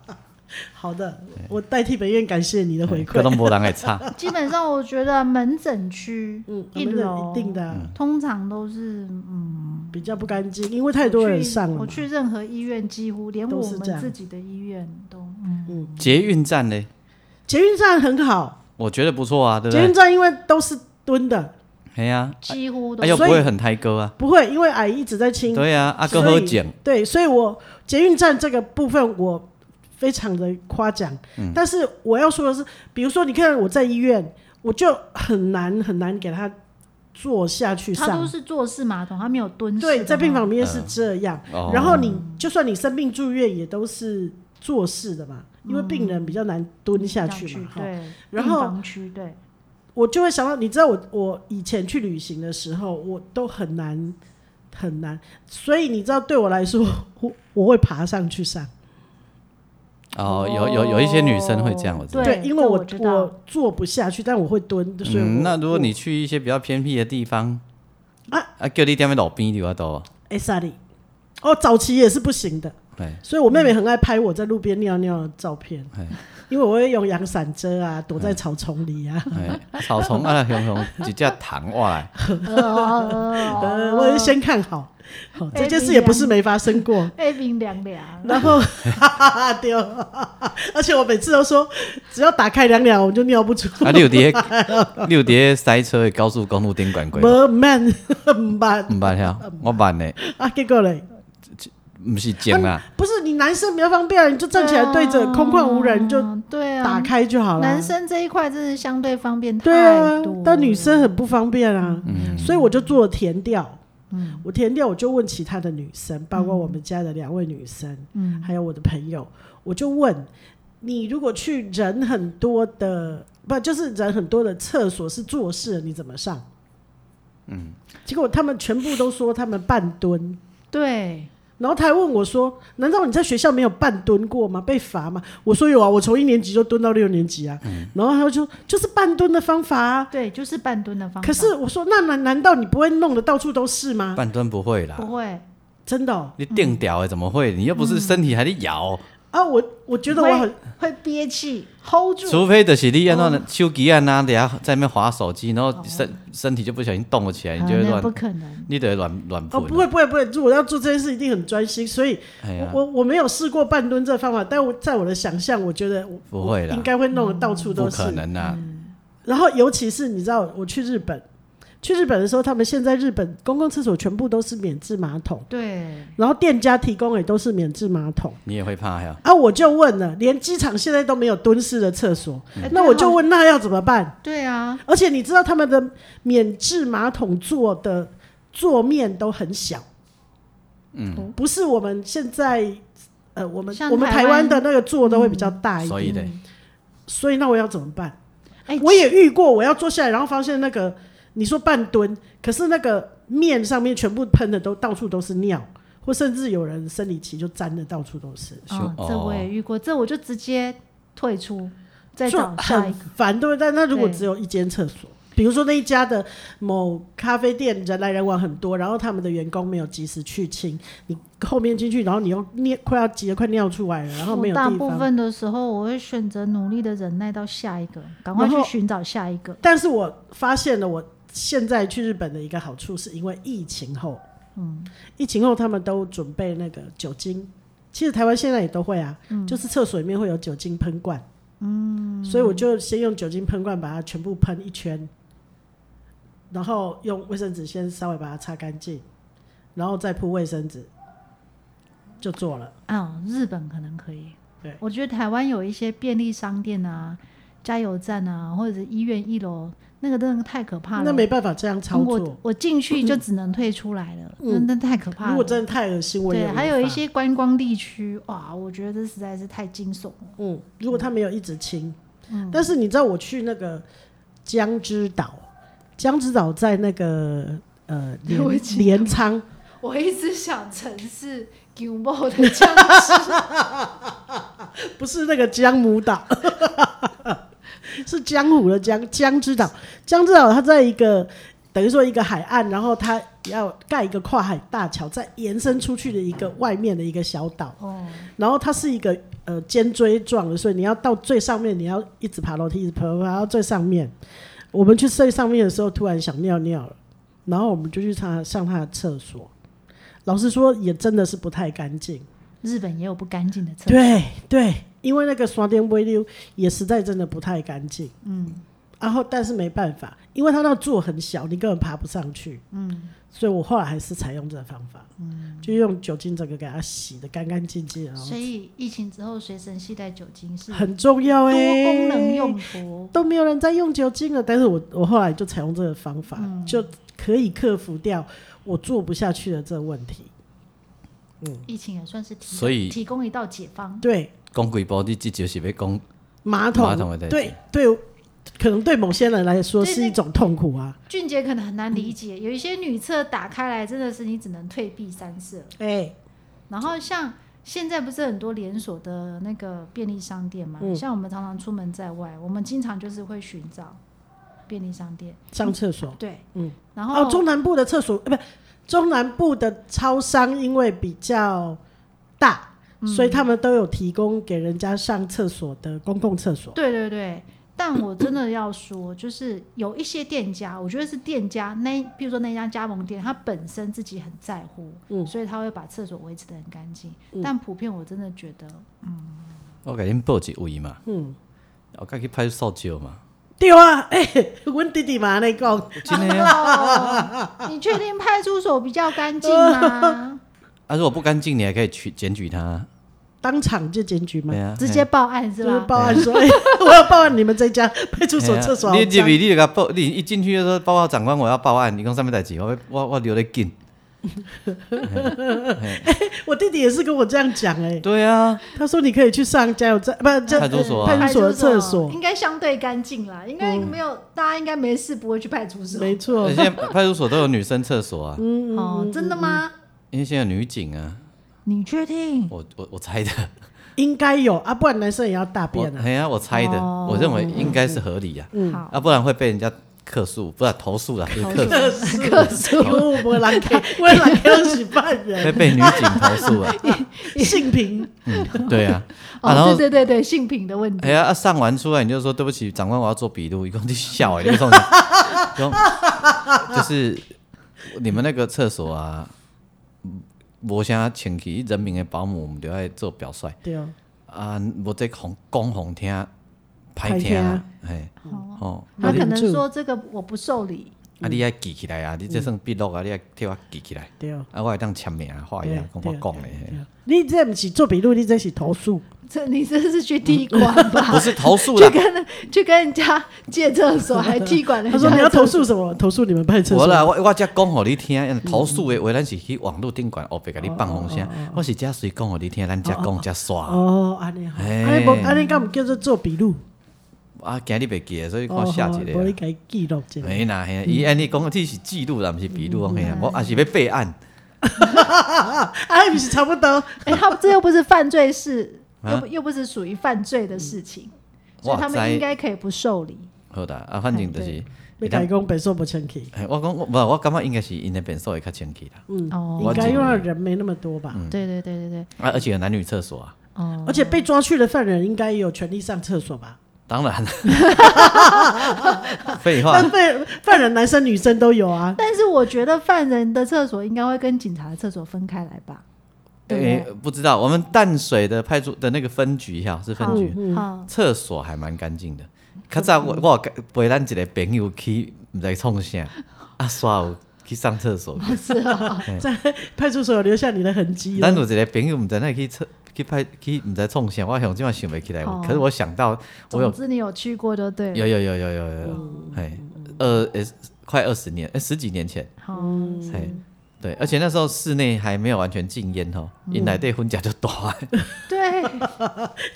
[SPEAKER 1] 好的，我代替本院感谢你的回
[SPEAKER 3] 各
[SPEAKER 1] 馈。
[SPEAKER 3] 东波人还差，
[SPEAKER 2] 基本上我觉得门诊区
[SPEAKER 1] 嗯，
[SPEAKER 2] 一
[SPEAKER 1] 那个
[SPEAKER 2] 楼
[SPEAKER 1] 一定的啊、
[SPEAKER 2] 通常都是嗯，
[SPEAKER 1] 比较不干净，因为太多人上了嘛
[SPEAKER 2] 我去。我去任何医院，几乎连
[SPEAKER 1] 都
[SPEAKER 2] 我
[SPEAKER 1] 是这样
[SPEAKER 2] 们自己的医院都
[SPEAKER 3] 哎
[SPEAKER 2] 嗯，
[SPEAKER 3] 捷运站呢，
[SPEAKER 1] 捷运站很好，
[SPEAKER 3] 我觉得不错啊，对不
[SPEAKER 1] 捷运
[SPEAKER 3] 对？
[SPEAKER 1] 站因为都是蹲的，
[SPEAKER 3] 哎呀，
[SPEAKER 2] 几乎都
[SPEAKER 3] 哎又不
[SPEAKER 1] 所以
[SPEAKER 3] 会很抬歌啊，
[SPEAKER 1] 不会，因为阿姨一直在清。
[SPEAKER 3] 对呀，阿哥
[SPEAKER 1] 所
[SPEAKER 3] 喝
[SPEAKER 1] 以
[SPEAKER 3] 碱，
[SPEAKER 1] 对，所以我捷运站这个部分我非常的夸奖，但是我要说的是，比如说你看我在医院，我就很难很难给他坐下去
[SPEAKER 2] 他都
[SPEAKER 1] 上。
[SPEAKER 2] 是坐式马桶，他没有蹲式的嘛。
[SPEAKER 1] 对，在病房里面是这样。
[SPEAKER 3] 哦
[SPEAKER 1] 然后你就算你生病住院，也都是坐式的嘛，
[SPEAKER 2] 嗯
[SPEAKER 1] 因为病人比较难蹲下去嘛。哈
[SPEAKER 2] 对，
[SPEAKER 1] 然
[SPEAKER 2] 病
[SPEAKER 1] 后
[SPEAKER 2] 房区对，
[SPEAKER 1] 我就会想到，你知道我我以前去旅行的时候，我都很难很难，所以你知道对我来说，我我会爬上去上，
[SPEAKER 3] 哦，有有有一些女生会这样，我知道。
[SPEAKER 2] 对
[SPEAKER 1] 因为
[SPEAKER 2] 这
[SPEAKER 1] 我
[SPEAKER 2] 我知道
[SPEAKER 1] 我坐不下去，但我会蹲，所以我、
[SPEAKER 3] 嗯，那如果你去一些比较偏僻的地方，啊啊，叫你踮在路边就要多，
[SPEAKER 1] 哎萨里，哦，早期也是不行的， *laughs*
[SPEAKER 3] 哎，
[SPEAKER 1] 所以我妹妹很爱拍我在路边尿尿的照片
[SPEAKER 3] 哎，
[SPEAKER 1] 因为我会用阳伞遮啊，躲在草丛里啊，
[SPEAKER 3] 哎，草丛啊，熊熊一只糖哇来，
[SPEAKER 2] 哦
[SPEAKER 1] *laughs* 呃，我就先看好，好、
[SPEAKER 2] 哎
[SPEAKER 1] 这件事也不是没发生过。
[SPEAKER 2] 哎，冰凉凉，
[SPEAKER 1] 然后， *laughs* 哈哈哈，丢！而且我每次都说，只要打开两两，我就尿不出。
[SPEAKER 3] 啊，你有伫迄， *laughs* 你有伫迄塞车的高速公路顶管过
[SPEAKER 1] 没
[SPEAKER 3] 吗，
[SPEAKER 1] 慢，慢
[SPEAKER 3] 毋捌呀，我捌呢，
[SPEAKER 1] *laughs* 啊，结果嘞，
[SPEAKER 3] 毋是精啊，
[SPEAKER 1] 不是你男生比较方便，你就站起来
[SPEAKER 2] 啊
[SPEAKER 1] 对着空旷无人就
[SPEAKER 2] 嗯对啊，
[SPEAKER 1] 打开就好了。
[SPEAKER 2] 男生这一块真是相对方便
[SPEAKER 1] 对啊
[SPEAKER 2] 太多了，嗯
[SPEAKER 1] 但女生很不方便啊，所以我就做了填调。我填调，我就问其他的女生，包括我们家的两位女生，
[SPEAKER 2] 嗯
[SPEAKER 1] 还有我的朋友，我就问你，如果去人很多的，不就是人很多的厕所是坐式的，你怎么上？嗯，结果他们全部都说他们半蹲，
[SPEAKER 2] 对，
[SPEAKER 1] 然后他还问我说：“难道你在学校没有半蹲过吗？被罚吗？”我说：“有啊，我从一年级就蹲到六年级啊。
[SPEAKER 3] 嗯
[SPEAKER 1] 然后他就就是半蹲的方法啊。
[SPEAKER 2] 对，就是半蹲的方法。
[SPEAKER 1] 可是我说，那难难道你不会弄得到处都是吗？
[SPEAKER 3] 半蹲不会啦，
[SPEAKER 1] 哦
[SPEAKER 2] 不会，
[SPEAKER 1] 真的哦、
[SPEAKER 3] 你定调的怎么会？你又
[SPEAKER 1] 嗯
[SPEAKER 3] 不是身体还在摇，
[SPEAKER 1] 啊，我我觉得我很
[SPEAKER 2] 会憋气，hold 住。
[SPEAKER 3] 除非就是你安怎手机啊拿底下在那边滑手机，然后
[SPEAKER 1] 哦
[SPEAKER 3] 身身体就不小心动了起来，你就会
[SPEAKER 2] 啊那不
[SPEAKER 3] 乱，
[SPEAKER 2] 可能，
[SPEAKER 3] 你就会乱乱
[SPEAKER 1] 哦，
[SPEAKER 3] 喷
[SPEAKER 1] 不，会不会不会，如果要做这件事一定很专心，所以
[SPEAKER 3] 哎
[SPEAKER 1] 我
[SPEAKER 3] 呀，
[SPEAKER 1] 我我没有试过半蹲这方法，但我在我的想象，我觉得我
[SPEAKER 3] 不会啦
[SPEAKER 1] 应，该会弄得到处
[SPEAKER 3] 不
[SPEAKER 1] 都是
[SPEAKER 3] 可。能啊啦，
[SPEAKER 1] 嗯然后尤其是你知道，我去日本，去日本的时候，他们现在日本公共厕所全部都是免治马桶，
[SPEAKER 2] 对，
[SPEAKER 1] 然后店家提供也都是免治马桶。
[SPEAKER 3] 你也会怕呀？
[SPEAKER 1] 啊，我就问了，连机场现在都没有蹲式的厕所，
[SPEAKER 2] 哎
[SPEAKER 1] 那我就，问，那要怎么办？
[SPEAKER 2] 对啊
[SPEAKER 1] 而且你知道他们的免治马桶座的座面都很小，嗯，不是我们现在呃，我们
[SPEAKER 2] 哦像
[SPEAKER 1] 我们
[SPEAKER 2] 台
[SPEAKER 1] 台
[SPEAKER 2] 湾
[SPEAKER 1] 湾的那个座都会比较大一点，
[SPEAKER 3] 所以嘞，
[SPEAKER 1] 所以那我要怎么办？
[SPEAKER 2] 对啊，哎，
[SPEAKER 1] 我也遇过，我要坐下来，然后发现那个你说半蹲，可是那个面上面全部喷的都到处都是尿，或甚至有人生理期就沾的到处都是，
[SPEAKER 2] 啊，这我
[SPEAKER 3] 哦
[SPEAKER 2] 也遇过，这我就直接退出，再
[SPEAKER 1] 就
[SPEAKER 2] 找下
[SPEAKER 1] 很
[SPEAKER 2] 一个。
[SPEAKER 1] 烦，对不对？那如果
[SPEAKER 2] 对
[SPEAKER 1] 只有一间厕所，比如说那一家的某咖啡店人来人往很多，然后他们的员工没有及时去清，你后面进去，然后你又尿快要急得快尿出来了，然后没有
[SPEAKER 2] 我大
[SPEAKER 1] 地
[SPEAKER 2] 部
[SPEAKER 1] 方。
[SPEAKER 2] 分的时候，我会选择努力的忍耐到下一个，赶快
[SPEAKER 1] 然
[SPEAKER 2] 去
[SPEAKER 1] 后
[SPEAKER 2] 寻找下一个。
[SPEAKER 1] 但是我发现了，我现在去日本的一个好处是因为疫情后，嗯，疫情后他们都准备那个酒精其实台湾现在也都会啊，
[SPEAKER 2] 嗯
[SPEAKER 1] 就是厕所里面会有酒精喷罐，嗯，所以我就先用酒精喷罐把它全部喷一圈，然后用卫生纸先稍微把它擦干净，然后再铺卫生纸，就做了。
[SPEAKER 2] 啊、日本可能可以。
[SPEAKER 1] 对，
[SPEAKER 2] 我觉得台湾有一些便利商店啊、加油站啊，或者是医院一楼，那个真的太可怕了。
[SPEAKER 1] 那没办法这样操作
[SPEAKER 2] 我，我进去就只能退出来了，那、
[SPEAKER 1] 嗯
[SPEAKER 2] 那太可怕了。
[SPEAKER 1] 如果真的太恶心，我也
[SPEAKER 2] 对，
[SPEAKER 1] 无
[SPEAKER 2] 还有一
[SPEAKER 1] 法
[SPEAKER 2] 些观光地区，哇，我觉得这实在是太惊悚了。
[SPEAKER 1] 嗯，如果他没有一直清，
[SPEAKER 2] 嗯
[SPEAKER 1] 但是你知道我去那个江之岛，江之岛在那个呃
[SPEAKER 2] 对不
[SPEAKER 1] 镰
[SPEAKER 2] 起
[SPEAKER 1] 镰仓，
[SPEAKER 2] 我一直想城市 g u m o 的僵尸，
[SPEAKER 1] *laughs* 不是那个江母岛， *laughs* 是江湖的江江之岛。江之岛它在一个等于说一个海岸，然后它要盖一个跨海大桥，再延伸出去的一个外面的一个小岛。
[SPEAKER 2] 哦，
[SPEAKER 1] 然后它是一个呃尖锥状的，所以你要到最上面，你要一直爬楼梯，一直爬爬到最上面。我们去最上面的时候，突然想尿尿了，然后我们就去上上他的厕所。老实说，也真的是不太干净。
[SPEAKER 2] 日本也有不干净的厕所。
[SPEAKER 1] 对对，因为那个刷电微溜也实在真的不太干净。嗯，然后但是没办法，因为它那个座很小，你根本爬不上去。嗯，所以我后来还是采用这个方法，嗯，就用酒精整个给它洗的干干净净，然后
[SPEAKER 2] 所以疫情之后随身携带酒精是
[SPEAKER 1] 很重要
[SPEAKER 2] 多
[SPEAKER 1] 哎、
[SPEAKER 2] 功能用途。
[SPEAKER 1] 都没有人在用酒精了，但是我我后来就采用这个方法，
[SPEAKER 2] 嗯
[SPEAKER 1] 就可以克服掉我做不下去的这个问题。嗯
[SPEAKER 2] 疫情也算是提供
[SPEAKER 3] 所以
[SPEAKER 2] 提供一道解方。
[SPEAKER 1] 对，
[SPEAKER 3] 讲几步，你至少是要讲
[SPEAKER 1] 马桶，
[SPEAKER 3] 马桶的代志
[SPEAKER 1] 对对，可能对某些人来说
[SPEAKER 2] 对
[SPEAKER 1] 是一种痛苦啊。
[SPEAKER 2] 俊杰可能很难理
[SPEAKER 1] 嗯
[SPEAKER 2] 解，有一些女厕打开来真的是你只能退避三舍了。
[SPEAKER 1] 哎、
[SPEAKER 2] 然后像现在不是很多连锁的那个便利商店嘛，
[SPEAKER 1] 嗯
[SPEAKER 2] 像我们常常出门在外，我们经常就是会寻找便利商店。
[SPEAKER 1] 上厕所
[SPEAKER 2] 对，
[SPEAKER 1] 嗯，
[SPEAKER 2] 然后、
[SPEAKER 1] 哦，中南部的厕所，呃，不，中南部的超商因为比较大，
[SPEAKER 2] 嗯
[SPEAKER 1] 所以他们都有提供给人家上厕所的公共厕所。
[SPEAKER 2] 对对对，但我真的要说，就是有一些店家，我觉得是店家那，比如说那家加盟店，他本身自己很在乎，
[SPEAKER 1] 嗯
[SPEAKER 2] 所以他会把厕所维持的很干净。但普遍我真的觉得，
[SPEAKER 3] 我给恁报一位嘛，
[SPEAKER 1] 嗯，
[SPEAKER 3] 我该去派出所借嘛。
[SPEAKER 1] 对啊，哎、 *laughs* 阮弟弟嘛，那讲，
[SPEAKER 3] 真的啊，
[SPEAKER 2] *laughs* 哦你确定派出所比较干净
[SPEAKER 1] *laughs*
[SPEAKER 2] 吗？
[SPEAKER 3] 啊，如果不干净，你还可以去检举他。
[SPEAKER 1] 当场就检举嘛
[SPEAKER 3] 对。啊，
[SPEAKER 2] 直接报案是
[SPEAKER 1] 就是
[SPEAKER 2] 吧？
[SPEAKER 1] 报案说，哎、 *laughs* 我要报案你们这家 *laughs* 派出所厕所好
[SPEAKER 3] 啊你
[SPEAKER 1] 脏。
[SPEAKER 3] 入去你就给他报，你一进去就说报告长官，我要报案。你讲什么代志？我我我留得紧。
[SPEAKER 1] 我弟弟也是跟我这样讲、哎，
[SPEAKER 3] 对啊，
[SPEAKER 1] 他说你可以去上加油站，不，这呃
[SPEAKER 3] 派出
[SPEAKER 2] 嗯
[SPEAKER 3] 所啊
[SPEAKER 1] 派出所的厕所，
[SPEAKER 2] 应该相对干净啦，应该没有，大家应该没事不会去派出所。
[SPEAKER 1] 没嗯错
[SPEAKER 3] 现，在派出所都有女生厕
[SPEAKER 1] *laughs*
[SPEAKER 3] 所啊，
[SPEAKER 2] 哦，真的吗？
[SPEAKER 3] 因为现在有女警啊，
[SPEAKER 2] 你确定？
[SPEAKER 3] 我我我猜的，
[SPEAKER 1] 应该有啊，不然男生也要大
[SPEAKER 3] 我
[SPEAKER 1] 便 *laughs* 啊。
[SPEAKER 3] 哎呀，我猜的，
[SPEAKER 2] 哦
[SPEAKER 3] 我认为应该是合理呀，
[SPEAKER 1] 嗯
[SPEAKER 2] 好，
[SPEAKER 3] 啊，不然会被人家客诉，不然投诉啦，不是客诉，
[SPEAKER 1] 克数，我不来
[SPEAKER 3] *laughs*
[SPEAKER 1] 看，我来看是犯
[SPEAKER 3] 会
[SPEAKER 1] 人，
[SPEAKER 3] 被女警投诉啊，
[SPEAKER 1] 性平，
[SPEAKER 3] 嗯，对啊，啊，然
[SPEAKER 2] 哦，
[SPEAKER 3] 后
[SPEAKER 2] 对对对对，性品的问题
[SPEAKER 3] 哎。呀，啊上完出来你就说对不起，长官，我要做笔录，一共就笑哎，一共就是你们那个厕所啊，无啥清气，人民的保姆我们就要做表率
[SPEAKER 1] 对哦，
[SPEAKER 3] 啊，无这红讲红听，歹
[SPEAKER 1] 歹
[SPEAKER 3] 听啊
[SPEAKER 1] 听，
[SPEAKER 3] 哎，
[SPEAKER 2] 哦
[SPEAKER 3] 哦，
[SPEAKER 2] 他
[SPEAKER 1] 啊
[SPEAKER 2] 可能
[SPEAKER 1] 忍住
[SPEAKER 2] 说这个我不受理，
[SPEAKER 3] 啊你爱记起来啊，你这算笔录啊，你爱替我记起来，
[SPEAKER 1] 嗯对哦，
[SPEAKER 3] 啊我会当签名画一
[SPEAKER 1] 对
[SPEAKER 3] 下
[SPEAKER 1] 啊，
[SPEAKER 3] 跟我
[SPEAKER 1] 对啊
[SPEAKER 3] 讲哎诶，
[SPEAKER 1] 你这不是做笔录，你这是投诉，
[SPEAKER 2] 这你这是去踢馆吧？
[SPEAKER 3] 嗯不是投诉
[SPEAKER 2] *laughs* 去
[SPEAKER 3] 啦，
[SPEAKER 2] 跟去跟人家借厕所，还踢馆人
[SPEAKER 1] *laughs* 他
[SPEAKER 2] 家。
[SPEAKER 1] 说你要投诉什么？投 *laughs* 诉你们派厕
[SPEAKER 3] 无
[SPEAKER 1] 所，
[SPEAKER 3] 啦，哎我我才讲互你听，
[SPEAKER 1] 嗯
[SPEAKER 3] 投诉的话，咱是去网络顶管黑白甲你放风声。我是遮随讲互你听，咱遮讲遮刷。
[SPEAKER 1] 哦，安尼好，
[SPEAKER 3] 嘿
[SPEAKER 1] 安尼不，安尼干唔叫做做笔录？
[SPEAKER 3] 啊，今日袂记的，所以
[SPEAKER 1] 哦，
[SPEAKER 3] 看下一
[SPEAKER 1] 我
[SPEAKER 3] 个
[SPEAKER 1] 你
[SPEAKER 3] 啊。
[SPEAKER 1] 给记录一下。
[SPEAKER 3] 嘿啦
[SPEAKER 1] 嗯
[SPEAKER 3] 嘿啦，啊伊安尼讲，这是记录啦，毋是笔录。啊嘿啦，我也是要备案。
[SPEAKER 1] 哎，不是差不多，
[SPEAKER 2] 哎，他这又不是犯罪事，
[SPEAKER 3] 啊嗯
[SPEAKER 2] 又不又不是属于犯罪的事情，所
[SPEAKER 3] 我
[SPEAKER 2] 以他们应
[SPEAKER 3] 知
[SPEAKER 2] 该可以不受理。
[SPEAKER 3] 好啦，啊，反正就是。
[SPEAKER 1] 你改讲本硕不清气，
[SPEAKER 3] 嘿我讲，我无，我感觉应该是因的便所会较清气啦。
[SPEAKER 2] 哦，
[SPEAKER 1] 嗯
[SPEAKER 2] 嗯
[SPEAKER 1] 应该啊用的人没那么多吧？
[SPEAKER 2] 对对对对对，
[SPEAKER 3] 啊，而且有男女厕所啊，
[SPEAKER 2] 哦，
[SPEAKER 1] 而且被抓去的犯人应该也有权利上厕所吧？
[SPEAKER 3] 当然。废话
[SPEAKER 1] 但，被犯人男生女生都有啊。
[SPEAKER 2] 但是我觉得犯人的厕所应该会跟警察的厕所分开来吧？对不对
[SPEAKER 3] 诶不知道我们淡水的派出的那个分局哈，是分
[SPEAKER 2] 好
[SPEAKER 3] 局，
[SPEAKER 1] 嗯
[SPEAKER 2] 好，
[SPEAKER 3] 厕所还蛮干净的。较早我我有陪咱一个朋友去，毋知创啥，啊刷有去上厕所。
[SPEAKER 2] 是哦，
[SPEAKER 1] 在派出所有留下你的痕迹
[SPEAKER 3] 咱
[SPEAKER 1] 了。
[SPEAKER 3] 有一个朋友毋知哪去厕去派去毋知创啥，我想即嘛想袂起来，
[SPEAKER 2] 哦
[SPEAKER 3] 可是我想到我有
[SPEAKER 2] 总之你有去过就对
[SPEAKER 3] 有
[SPEAKER 2] 了。
[SPEAKER 3] 有有有有有有，哎，二呃快二十年，哎十几年前，
[SPEAKER 2] 好，
[SPEAKER 1] 嗯
[SPEAKER 3] 哎对，而且那时候室内还没有完全禁烟哦，因来对婚假就大，
[SPEAKER 2] 对，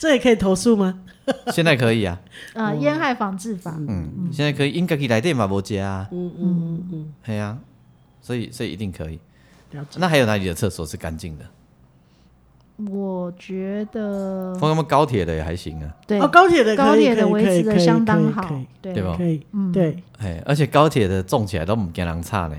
[SPEAKER 1] 这也可以投诉吗？
[SPEAKER 3] 现在可以啊，
[SPEAKER 2] 呃，
[SPEAKER 1] 嗯
[SPEAKER 2] 烟害防治法，
[SPEAKER 3] 嗯，现在可以，应该去来电嘛，无加啊，嗯嗯嗯嗯，系啊，所以所以一定可以。
[SPEAKER 1] 了解。
[SPEAKER 3] 那还有哪里的厕所是干净的？
[SPEAKER 1] 嗯
[SPEAKER 2] 我觉得
[SPEAKER 3] 我他们高铁的也还行啊，
[SPEAKER 2] 对
[SPEAKER 1] 哦，，高铁的可以
[SPEAKER 2] 高铁的
[SPEAKER 1] 可以
[SPEAKER 2] 维
[SPEAKER 1] 可以
[SPEAKER 2] 持
[SPEAKER 1] 可
[SPEAKER 2] 的
[SPEAKER 1] 以
[SPEAKER 2] 相当
[SPEAKER 1] 可
[SPEAKER 2] 好
[SPEAKER 1] 以，
[SPEAKER 2] 对
[SPEAKER 3] 对吧
[SPEAKER 1] 可以，
[SPEAKER 2] 嗯
[SPEAKER 1] 对，
[SPEAKER 3] 哎，而且高铁的种起来都唔惊人差呢，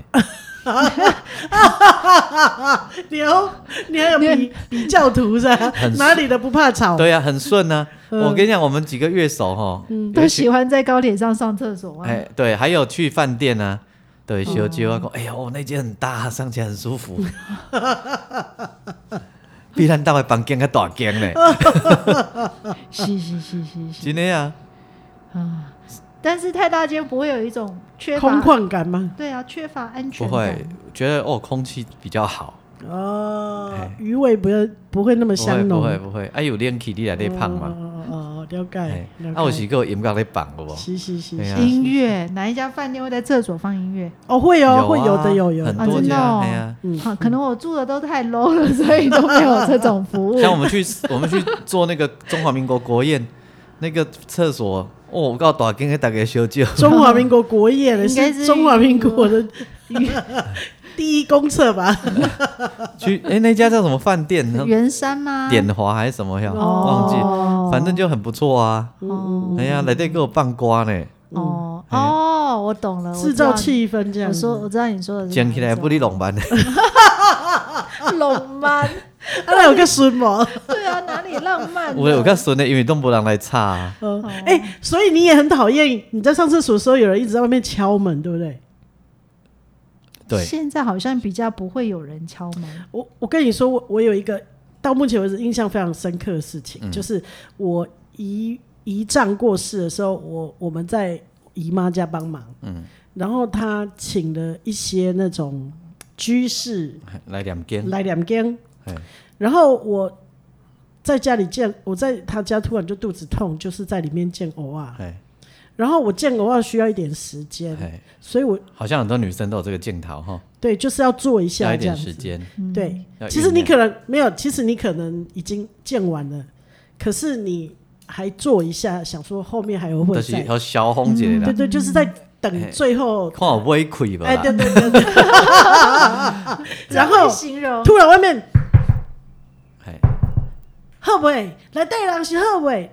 [SPEAKER 1] 你有你还有比比较图是
[SPEAKER 3] *laughs*
[SPEAKER 1] 吧？哪里的不怕吵？
[SPEAKER 3] 对啊，很顺啊。我跟你讲，我们几个乐手哈，
[SPEAKER 2] 嗯都喜欢在高铁上上厕所
[SPEAKER 1] *laughs*
[SPEAKER 2] 啊。
[SPEAKER 3] 哎，对，还有去饭店啊，对，小酒啊，讲，哎呀，哦，那间很大，上起来很舒服， *laughs* 比咱大的房间还大间呢，
[SPEAKER 2] 是是是是是
[SPEAKER 3] 真的啊，
[SPEAKER 2] 啊，但是太大间不会有一种缺
[SPEAKER 1] 空
[SPEAKER 2] 乏，
[SPEAKER 1] 旷感吗？
[SPEAKER 2] 对啊，缺乏安全
[SPEAKER 3] 不
[SPEAKER 2] 感。
[SPEAKER 3] 会，觉得哦，空气比较好，
[SPEAKER 1] 哦
[SPEAKER 3] 哎，
[SPEAKER 1] 余味不要不会那么
[SPEAKER 3] 不会
[SPEAKER 1] 香
[SPEAKER 3] 不
[SPEAKER 1] 浓。
[SPEAKER 3] 会不会，哎，有练气你来咧胖
[SPEAKER 1] 哦
[SPEAKER 3] 嘛，
[SPEAKER 1] 哦哦，了
[SPEAKER 3] 哎
[SPEAKER 1] 解。，了解
[SPEAKER 3] 啊，有时个音乐咧放有无？
[SPEAKER 1] 是是是
[SPEAKER 3] 哎呀
[SPEAKER 1] 是，
[SPEAKER 2] 音乐，哪一家饭店会在厕所放音乐？
[SPEAKER 1] 哦会
[SPEAKER 3] 啊
[SPEAKER 1] 哦会有的有有
[SPEAKER 3] 很
[SPEAKER 2] 啊
[SPEAKER 3] 多
[SPEAKER 2] 真的
[SPEAKER 3] 家，
[SPEAKER 2] 哦
[SPEAKER 3] 哎呀。
[SPEAKER 1] 嗯
[SPEAKER 2] 啊，可能我住的都太 low 了， *laughs* 所以都没有这种服务。
[SPEAKER 3] 像我们去我们去做那个中华民国国宴，那个厕所哦，我告大间给大家小酒，
[SPEAKER 1] 中华民国国宴的
[SPEAKER 2] 应该是
[SPEAKER 1] 中华民国的第一公厕吧？
[SPEAKER 3] 去哎、那家叫什么饭店呢？
[SPEAKER 2] 圆山吗？
[SPEAKER 3] 点华还是什么呀？忘记，
[SPEAKER 2] 哦
[SPEAKER 3] 反正就很不错啊。
[SPEAKER 2] 哦
[SPEAKER 1] 嗯
[SPEAKER 3] 哎呀，来这给我放瓜呢，
[SPEAKER 2] 哦
[SPEAKER 3] 嗯
[SPEAKER 2] 哦，我懂了，我
[SPEAKER 1] 制
[SPEAKER 2] 知道
[SPEAKER 1] 造气氛这
[SPEAKER 2] 你。
[SPEAKER 1] 样
[SPEAKER 2] 我
[SPEAKER 1] 子。
[SPEAKER 2] 说，我知道你说的是
[SPEAKER 3] 讲起来不
[SPEAKER 2] 哪一
[SPEAKER 3] 离拢班的，
[SPEAKER 2] 种浪漫，
[SPEAKER 1] 啊，那有个孙某，
[SPEAKER 2] *laughs* 对啊，哪里浪漫呢？
[SPEAKER 3] 我有个孙呢，因为都没人来插、啊。
[SPEAKER 1] 嗯哎、所以你也很讨厌你在上厕所的时候有人一直在外面敲门，对不对？
[SPEAKER 3] 对，
[SPEAKER 2] 现在好像比较不会有人敲门，
[SPEAKER 1] 我我跟你说，我我有一个到目前为止印象非常深刻的事
[SPEAKER 3] 嗯
[SPEAKER 1] 情，就是我姨姨丈过世的时候，我我们在姨妈家帮忙，嗯，然后她请了一些那种居士
[SPEAKER 3] 来两间，哎
[SPEAKER 1] 来两间
[SPEAKER 3] 嘿，
[SPEAKER 1] 然后我在家里见，我在他家突然就肚子痛，就是在里面见偶啊。
[SPEAKER 3] 哎
[SPEAKER 1] 然后我见偶啊需要一点时间，
[SPEAKER 3] 哎，
[SPEAKER 1] 所以我
[SPEAKER 3] 好像很多女生都有这个镜头哈，
[SPEAKER 1] 对就是要做一
[SPEAKER 3] 要
[SPEAKER 1] 下
[SPEAKER 3] 一
[SPEAKER 1] 这样子
[SPEAKER 3] 点时。间。
[SPEAKER 2] 嗯
[SPEAKER 1] 对
[SPEAKER 3] 要，啊
[SPEAKER 1] 其实
[SPEAKER 3] 酝
[SPEAKER 1] 你
[SPEAKER 3] 酿
[SPEAKER 1] 可能没有，其实你可能已经见完了，可是你还做一下，想说后面还有会
[SPEAKER 3] 但是
[SPEAKER 1] 再，
[SPEAKER 3] 要消风一下
[SPEAKER 1] 对
[SPEAKER 3] 啦，嗯
[SPEAKER 1] 对，就是在等
[SPEAKER 3] 嘿
[SPEAKER 1] 最后，
[SPEAKER 3] 看我尾开吧
[SPEAKER 1] 哎，对
[SPEAKER 3] 啦。
[SPEAKER 1] 对对对，
[SPEAKER 3] *laughs*
[SPEAKER 1] 然后
[SPEAKER 2] 怎么形容
[SPEAKER 1] 突然外面
[SPEAKER 3] 哎，
[SPEAKER 1] 后尾来带人是后尾，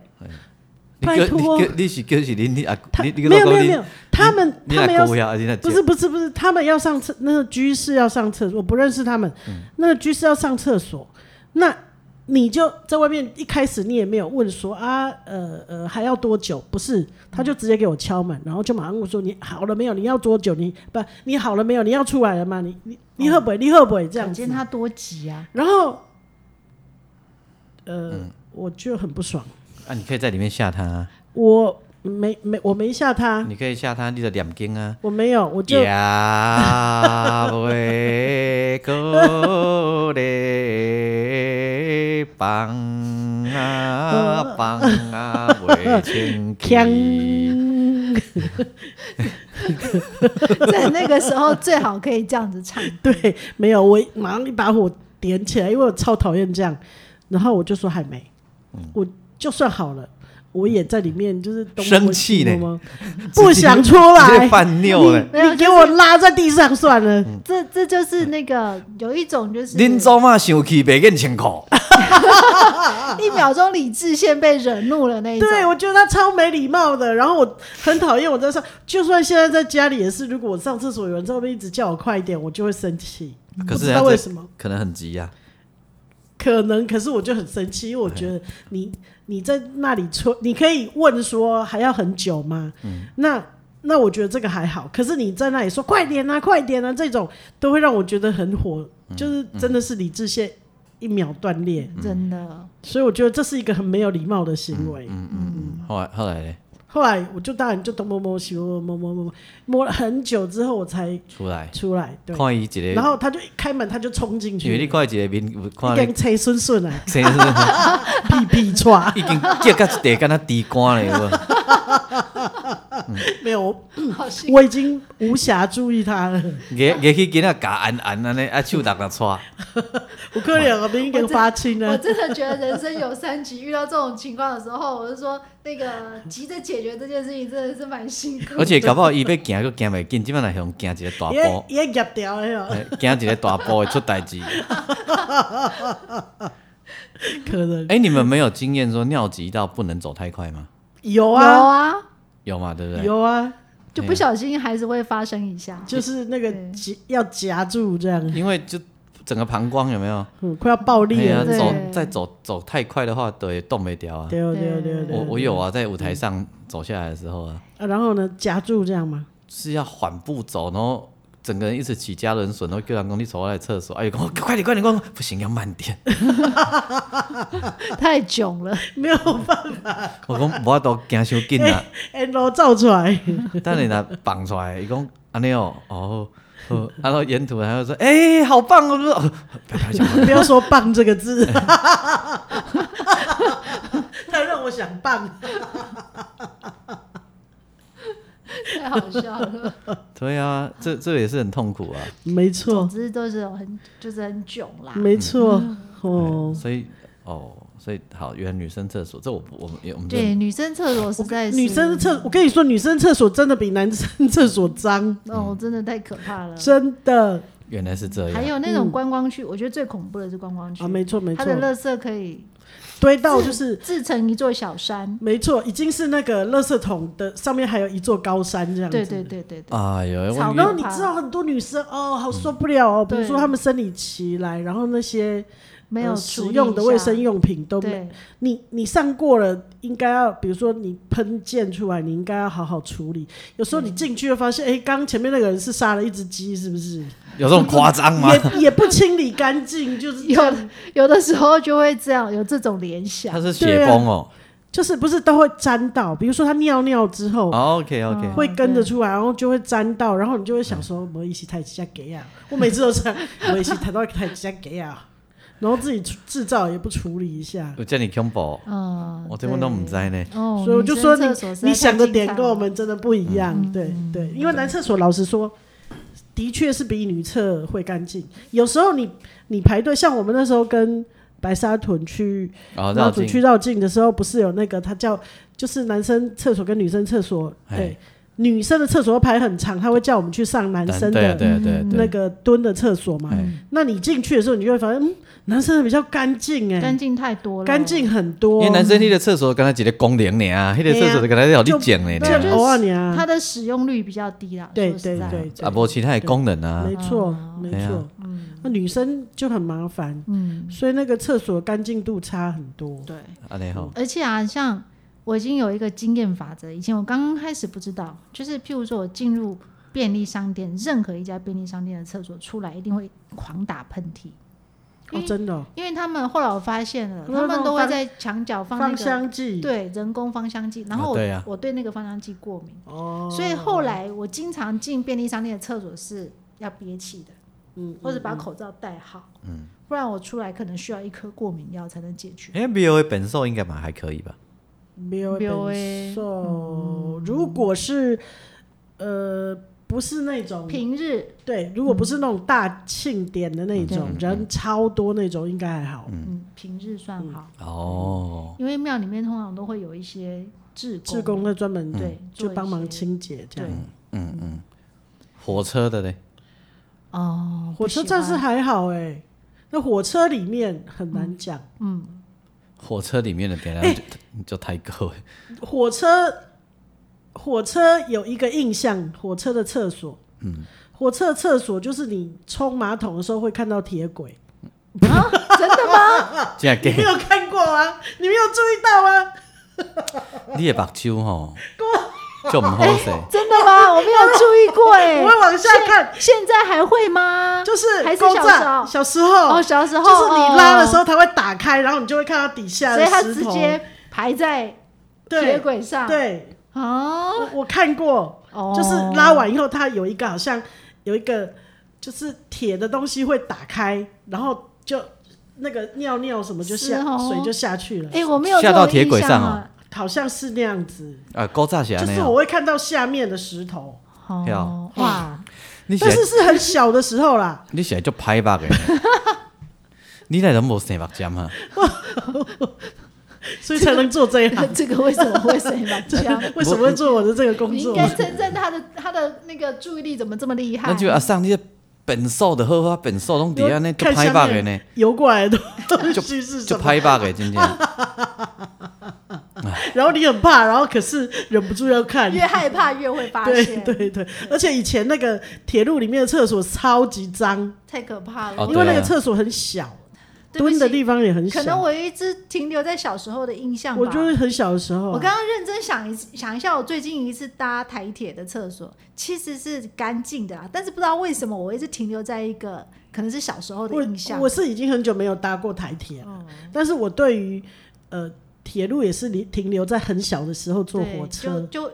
[SPEAKER 3] 你
[SPEAKER 1] 拜
[SPEAKER 3] 叫
[SPEAKER 1] 托
[SPEAKER 3] 你叫你是叫是你你啊
[SPEAKER 1] 他，
[SPEAKER 3] 你
[SPEAKER 1] 没有
[SPEAKER 3] 你
[SPEAKER 1] 没有没有，他们
[SPEAKER 3] 你
[SPEAKER 1] 他们
[SPEAKER 3] 来
[SPEAKER 1] 要
[SPEAKER 3] 勾呀，你来
[SPEAKER 1] 不是不是不是，他们要上厕，那个居士要上厕所，我不认识他们。
[SPEAKER 2] 嗯
[SPEAKER 1] 那个居士要上厕所，那你就在外面一开始你也没有问说啊，呃呃还要多久？不是，他
[SPEAKER 2] 嗯
[SPEAKER 1] 就直接给我敲门，然后就马上问说你好了没有？你要多久？你不你好了没有？你要出来了吗？你你你后悔？你后悔这样
[SPEAKER 2] 哦可
[SPEAKER 1] 子
[SPEAKER 2] 见？他多急啊！ *laughs*
[SPEAKER 1] 然后，呃，
[SPEAKER 2] 嗯
[SPEAKER 1] 我就很不爽，
[SPEAKER 3] 啊，你可以在里面吓他啊，
[SPEAKER 1] 我没没我没吓他，
[SPEAKER 3] 你可以吓他，你的两根啊。
[SPEAKER 1] 我没有，我啊
[SPEAKER 3] *laughs*
[SPEAKER 1] 就
[SPEAKER 3] 呀，袂可咧放啊放啊，袂清
[SPEAKER 1] *laughs*
[SPEAKER 3] 气。
[SPEAKER 1] 锵。
[SPEAKER 2] 在那个时候最好可以这样子唱，
[SPEAKER 1] 对，没有，我马上一把火点起来，因为我超讨厌这样。然后我就说还没，
[SPEAKER 3] 嗯
[SPEAKER 1] 我就算好了，我也在里面就是东摸
[SPEAKER 3] 生气
[SPEAKER 1] 西
[SPEAKER 3] 呢
[SPEAKER 1] 摸摸，不想出
[SPEAKER 3] 直接
[SPEAKER 1] 来， *laughs*
[SPEAKER 3] 犯尿了。嗯
[SPEAKER 2] 没有
[SPEAKER 1] 你给我拉在地上算了。
[SPEAKER 2] 这这就是那个有一种就是
[SPEAKER 3] 恁祖妈生气袂瘾穿裤，
[SPEAKER 2] *laughs* 一秒钟理智线被惹怒了那一种。
[SPEAKER 1] 对，我觉得他超没礼貌的，然后我很讨厌我在上，就算现在在家里也是，如果我上厕所有人在外面一直叫我快一点，我就会生气。*laughs*
[SPEAKER 3] 可是
[SPEAKER 1] 不知
[SPEAKER 3] 人家
[SPEAKER 1] 道为
[SPEAKER 3] 这
[SPEAKER 1] 什么，
[SPEAKER 3] 可能很急啊呀、
[SPEAKER 1] 可能，可是我就很生气，因为我觉得你你在那里催，你可以问说还要很久吗？那那我觉得这个还好，可是你在那里说快点啊，快点啊，这种都会让我觉得很火，就是真的是理智线一一秒断裂，
[SPEAKER 2] 真的，
[SPEAKER 1] 所以我觉得这是一个很没有礼貌的行为。
[SPEAKER 2] 嗯，
[SPEAKER 3] 后来后来嘞，
[SPEAKER 1] 后来我就当然就东摸摸西摸摸摸摸摸摸了很久之后，我才
[SPEAKER 3] 出来
[SPEAKER 1] 出来。对，
[SPEAKER 3] 看伊一个，
[SPEAKER 1] 然后他就一开门，他就冲进
[SPEAKER 3] 因为你
[SPEAKER 1] 去，
[SPEAKER 3] 看伊一个面，有
[SPEAKER 1] 一
[SPEAKER 3] 看你
[SPEAKER 1] 根吹顺顺啊，
[SPEAKER 3] 生是
[SPEAKER 1] 屁屁叉， *laughs*
[SPEAKER 3] 已经结到一地，敢若猪肝嘞，有无？ *laughs*
[SPEAKER 1] 没有，
[SPEAKER 2] 好辛苦。
[SPEAKER 1] 嗯 *laughs* 我已经无暇注意他了。 *laughs*
[SPEAKER 3] 硬硬去囡仔夹安安安尼，啊手六六叉，
[SPEAKER 1] 我可怜啊，被一根发青
[SPEAKER 2] 我
[SPEAKER 1] 呢。 *laughs*
[SPEAKER 2] 真的觉得人生有三级，遇到这种情况的时候，我是说那个急着解决这件事情真的是蛮辛苦的。
[SPEAKER 3] 而且搞不好伊要行佫行袂紧，即摆来向行一个大
[SPEAKER 1] 也 *laughs*
[SPEAKER 3] *laughs* 步，
[SPEAKER 1] 也夹掉了哟，
[SPEAKER 3] 嘿行一个大步会出代志。
[SPEAKER 1] 可能
[SPEAKER 3] 哎，你们没有经验说尿急到不能走太快吗？
[SPEAKER 1] 有
[SPEAKER 2] 有
[SPEAKER 1] 啊
[SPEAKER 2] 啊，
[SPEAKER 3] 有嘛，对不对？
[SPEAKER 1] 有啊，
[SPEAKER 2] 就不小心还是会发生一下。
[SPEAKER 1] 就是那个
[SPEAKER 2] 对
[SPEAKER 1] 夹要夹住这样，
[SPEAKER 3] 因为就整个膀胱有没有？
[SPEAKER 1] 嗯，快要爆
[SPEAKER 3] 哎
[SPEAKER 1] 裂
[SPEAKER 3] 呀，
[SPEAKER 1] 了。
[SPEAKER 2] 对
[SPEAKER 3] 走再走走太快的话，对，动袂掉啊。
[SPEAKER 1] 对哦对哦对哦对嗯
[SPEAKER 3] 我
[SPEAKER 1] 哦
[SPEAKER 3] 我有啊，在舞台上走下来的时候啊，
[SPEAKER 1] 啊，然后呢，夹住这样吗？
[SPEAKER 3] 是要缓步走，然后整个人一直起加仑笋，然后叫人讲你走过来厕所，哎呦，我快点快点快点，不行要慢点。
[SPEAKER 2] *laughs*
[SPEAKER 3] *laughs*
[SPEAKER 2] 太囧了，
[SPEAKER 1] 没有哎
[SPEAKER 3] 我讲我都惊伤紧啊 *laughs* 啦，
[SPEAKER 1] ，N 罗照出来， *laughs*
[SPEAKER 3] 等你若放出来，伊讲安尼哦，哦。好好然后沿途还会说：“哎、好棒哦！”我就说哦 *laughs* 不要不要讲话，
[SPEAKER 1] 不要说“棒”这个
[SPEAKER 3] *laughs*
[SPEAKER 1] 字， *laughs* 他让我想棒。
[SPEAKER 2] 太好笑了。
[SPEAKER 3] 对啊，这这也是很痛苦啊。
[SPEAKER 1] 没
[SPEAKER 2] *laughs*
[SPEAKER 1] 错，
[SPEAKER 2] 总之都是很就是很囧啦。
[SPEAKER 1] 没错，
[SPEAKER 3] 嗯
[SPEAKER 1] 哦。
[SPEAKER 3] 所以哦，所以好，原来女生厕所，这我不，我们也我们这
[SPEAKER 2] 对，女生厕所实在是
[SPEAKER 1] 女生厕，我跟你说，女生厕所真的比男生厕所脏，
[SPEAKER 2] 哦，真的太可怕了。
[SPEAKER 1] 真的嗯
[SPEAKER 3] 原来是这
[SPEAKER 2] 还
[SPEAKER 3] 样。
[SPEAKER 2] 有那种观光区，我觉得最恐怖的是观光区
[SPEAKER 1] 啊，，没错没
[SPEAKER 2] 它
[SPEAKER 1] 错，
[SPEAKER 2] 的垃圾可以
[SPEAKER 1] 堆到就是
[SPEAKER 2] 自成一座小山。
[SPEAKER 1] 没错，已经是那个垃圾桶的上面还有一座高山这样子。哦
[SPEAKER 2] 对对对对对，
[SPEAKER 3] 哎呦，
[SPEAKER 2] 草
[SPEAKER 3] 我
[SPEAKER 1] 然后你知道很多女生哦，好受不了哦，比如说
[SPEAKER 2] 对
[SPEAKER 1] 她们生理期来，然后那些
[SPEAKER 2] 没
[SPEAKER 1] 呃
[SPEAKER 2] 有
[SPEAKER 1] 使
[SPEAKER 2] 处理
[SPEAKER 1] 用的卫
[SPEAKER 2] 一下
[SPEAKER 1] 生用品都没，
[SPEAKER 2] 对
[SPEAKER 1] 你你上过了，应该要比如说你喷溅出来，你应该要好好处理。有
[SPEAKER 2] 嗯
[SPEAKER 1] 时候你进去会发现，哎、刚刚前面那个人是杀了一只鸡，是不是？
[SPEAKER 3] 有这么夸张吗？
[SPEAKER 1] 也也不清理干净，就是这
[SPEAKER 2] 有
[SPEAKER 1] 样
[SPEAKER 2] 有的时候就会这样，有这种联
[SPEAKER 3] 他
[SPEAKER 2] 想。
[SPEAKER 3] 是雪崩哦。
[SPEAKER 1] 就是不是都会沾到？比如说他尿尿之后。
[SPEAKER 3] OK OK，
[SPEAKER 1] 会跟着出来，然后就会沾到，然后你就会想说：“我一起抬起下给啊！”我每次都这样，我一起抬到抬起下给啊，然后自己出制造也不处理一下，
[SPEAKER 3] 我叫你 combo，
[SPEAKER 1] 哦
[SPEAKER 2] 嗯，
[SPEAKER 3] 我这边都不
[SPEAKER 2] 对。
[SPEAKER 3] 知道呢。
[SPEAKER 2] 哦，
[SPEAKER 1] 所以我就说
[SPEAKER 2] 女生
[SPEAKER 1] 你
[SPEAKER 2] 厕所实在
[SPEAKER 1] 你
[SPEAKER 2] 太
[SPEAKER 1] 想的
[SPEAKER 2] 精
[SPEAKER 1] 点
[SPEAKER 2] 彩
[SPEAKER 1] 跟我
[SPEAKER 2] 了
[SPEAKER 1] 们真的不一样，对对，因为男厕所老实说，的确是比女厕会干净。有时候你你排队，像我们那时候跟白沙屯去
[SPEAKER 3] 然后
[SPEAKER 1] 老
[SPEAKER 3] 哦绕
[SPEAKER 1] 祖
[SPEAKER 3] 进
[SPEAKER 1] 去绕境的时候，不是有那个他叫就是男生厕所跟女生厕所，
[SPEAKER 3] 哎
[SPEAKER 1] 对，女生的厕所要排很长，他会叫我们去上男生
[SPEAKER 3] 对
[SPEAKER 1] 的
[SPEAKER 3] 啊
[SPEAKER 1] 嗯
[SPEAKER 3] 对啊对啊对
[SPEAKER 1] 那
[SPEAKER 3] 啊，
[SPEAKER 1] 个蹲的厕所嘛。
[SPEAKER 3] 哎
[SPEAKER 1] 那你进去的时候，你就会发现，嗯，男生的比较干净哎
[SPEAKER 2] 干，净太多了，
[SPEAKER 1] 干。净很
[SPEAKER 3] 因
[SPEAKER 1] 多
[SPEAKER 3] 为。男生迄个厕所敢若一个公园尔啊，迄个厕所就敢若要你捡的
[SPEAKER 1] 这
[SPEAKER 3] 尔
[SPEAKER 1] 偶尔你啊，
[SPEAKER 2] 哦它的使用率比较低啦，
[SPEAKER 1] 对
[SPEAKER 2] 说实在
[SPEAKER 1] 对
[SPEAKER 3] 啊，啊无其他的功能啊。
[SPEAKER 1] 没错，没
[SPEAKER 3] 哎呀
[SPEAKER 1] 错。那女生就很麻烦，
[SPEAKER 2] 嗯，
[SPEAKER 1] 所以那个厕所干净度差很多。
[SPEAKER 2] 对，
[SPEAKER 3] 安尼吼，
[SPEAKER 2] 而且啊，像我已经有一个经验法则，以前我刚开始不知道，就是譬如说我进入便利商店，任何一家便利商店的厕所出来，一定会狂打喷嚏，
[SPEAKER 1] 哦，
[SPEAKER 2] 嗯
[SPEAKER 1] 真的哦、
[SPEAKER 2] 因为他们后来我发现了，
[SPEAKER 1] 嗯
[SPEAKER 2] 他们都会在墙角放那
[SPEAKER 1] 芳
[SPEAKER 2] 个
[SPEAKER 1] 香剂，
[SPEAKER 2] 对人工芳香剂，然后
[SPEAKER 3] 啊对啊
[SPEAKER 2] 我我对那个芳香剂过敏，
[SPEAKER 1] 哦，
[SPEAKER 2] 所以后来我经常进便利商店的厕所是要憋气的。
[SPEAKER 1] 嗯
[SPEAKER 2] 或者把口罩戴好，嗯，不然我出来可能需要一颗过敏药才能解决。
[SPEAKER 3] 哎，BO 的本寿应该嘛还可以吧？
[SPEAKER 1] 没有
[SPEAKER 2] 没有
[SPEAKER 1] 本
[SPEAKER 2] 欸
[SPEAKER 1] 受。如果是呃，不是那种
[SPEAKER 2] 平日，
[SPEAKER 1] 对，如果不是那种大庆典的那种、人超多那种，应该还好。
[SPEAKER 2] 嗯，平日算好，
[SPEAKER 3] 哦，
[SPEAKER 2] 因为庙里面通常都会有一些志工，
[SPEAKER 1] 嗯志工会专门
[SPEAKER 2] 对
[SPEAKER 1] 就
[SPEAKER 2] 做一
[SPEAKER 1] 帮忙
[SPEAKER 2] 些
[SPEAKER 1] 清洁这
[SPEAKER 2] 对
[SPEAKER 1] 样。，
[SPEAKER 3] 嗯嗯，火车的嘞，
[SPEAKER 2] 哦，
[SPEAKER 1] 火车站是还好哎、那火车里面很
[SPEAKER 2] 嗯
[SPEAKER 1] 难讲。
[SPEAKER 3] 火车里面的点
[SPEAKER 1] 哎
[SPEAKER 3] 亮就就太够了。
[SPEAKER 1] 火车，火车有一个印象，火车的厕所，嗯，火车的厕所就是你冲马桶的时候会看到铁轨，
[SPEAKER 3] 这样
[SPEAKER 1] 你没
[SPEAKER 3] 给
[SPEAKER 1] 有看过吗？你没有注意到吗？ *laughs*
[SPEAKER 3] 你的目睭吼，就唔好势。
[SPEAKER 1] 哦
[SPEAKER 2] 哎真的吗？我没有注意过哎、
[SPEAKER 1] 我会往下看，
[SPEAKER 2] 现现在还会吗？
[SPEAKER 1] 就是
[SPEAKER 2] 还是
[SPEAKER 1] 勾
[SPEAKER 2] 小时
[SPEAKER 1] 炸
[SPEAKER 2] 候
[SPEAKER 1] 小时候
[SPEAKER 2] 哦，，小时候
[SPEAKER 1] 就是你拉的时
[SPEAKER 2] 候，
[SPEAKER 1] 候它会打开，然后你就会看到底下
[SPEAKER 2] 所
[SPEAKER 1] 的
[SPEAKER 2] 以它
[SPEAKER 1] 石
[SPEAKER 2] 直
[SPEAKER 1] 头。
[SPEAKER 2] 接排在铁
[SPEAKER 1] 对
[SPEAKER 2] 轨上。
[SPEAKER 1] 对，
[SPEAKER 2] 哦
[SPEAKER 1] 我我看过，
[SPEAKER 2] 哦，
[SPEAKER 1] 就是拉完以后，它有一个好像有一个就是铁的东西会打开，然后就那个尿尿什么就是下
[SPEAKER 2] 哦
[SPEAKER 1] 水就下去了
[SPEAKER 2] 哎、，我没有
[SPEAKER 3] 下
[SPEAKER 2] 这
[SPEAKER 3] 到
[SPEAKER 2] 种
[SPEAKER 3] 铁
[SPEAKER 2] 印
[SPEAKER 3] 轨
[SPEAKER 2] 象
[SPEAKER 3] 上哦
[SPEAKER 2] 啊
[SPEAKER 1] 好像是那样子，
[SPEAKER 3] 啊，勾炸起来
[SPEAKER 1] 就
[SPEAKER 3] 那
[SPEAKER 1] 是
[SPEAKER 3] 样。
[SPEAKER 1] 我会看到下面的石头，
[SPEAKER 3] 对
[SPEAKER 2] 哦
[SPEAKER 3] 啊，
[SPEAKER 2] 哇，。
[SPEAKER 3] 你
[SPEAKER 1] 但
[SPEAKER 3] 写
[SPEAKER 1] 是是很小的时候啦，
[SPEAKER 3] 你写就拍吧
[SPEAKER 1] *laughs*
[SPEAKER 3] 个，你来都无生目针啊？
[SPEAKER 1] 所以才能 *laughs* 做这一行
[SPEAKER 2] *laughs* 这个为什么会谁把枪？
[SPEAKER 1] 为什么会做我的这个工
[SPEAKER 2] 你应
[SPEAKER 1] 作？
[SPEAKER 2] 该称赞他的他的那个注意力怎么这么厉害？
[SPEAKER 3] 咱就啊上你的本数的好啊，本数拢伫安尼就
[SPEAKER 1] 看
[SPEAKER 3] 拍吧
[SPEAKER 1] 下
[SPEAKER 3] 个
[SPEAKER 1] 面
[SPEAKER 3] 呢，
[SPEAKER 1] 游过来的东 *laughs* 西是什
[SPEAKER 3] 就
[SPEAKER 1] 么？
[SPEAKER 3] 拍吧个，真正。
[SPEAKER 1] 然后你很怕，然后可是忍不住要看。
[SPEAKER 2] 越害怕越会发
[SPEAKER 1] 对
[SPEAKER 2] 现，
[SPEAKER 1] 对对，而且以前那个铁路里面的厕所超级脏，
[SPEAKER 2] 太可怕了。
[SPEAKER 3] 哦
[SPEAKER 1] 因为
[SPEAKER 3] 对
[SPEAKER 1] 那
[SPEAKER 3] 啊
[SPEAKER 1] 个厕所很小，
[SPEAKER 2] 对不
[SPEAKER 1] 蹲的
[SPEAKER 2] 起，
[SPEAKER 1] 地方也很
[SPEAKER 2] 可能
[SPEAKER 1] 小。
[SPEAKER 2] 我一直停留在小时候的印象吧。
[SPEAKER 1] 我就是很小的时候啊，
[SPEAKER 2] 我刚刚认真想一次想一下，我最近一次搭台铁的厕所其实是干净的啊，但是不知道为什么我一直停留在一个可能是小时候的印象哦
[SPEAKER 1] 我我是已经很久没有搭过台铁了，但是我对于呃铁路也是停停留在很小的时候坐
[SPEAKER 2] 对
[SPEAKER 1] 火车，
[SPEAKER 2] 就就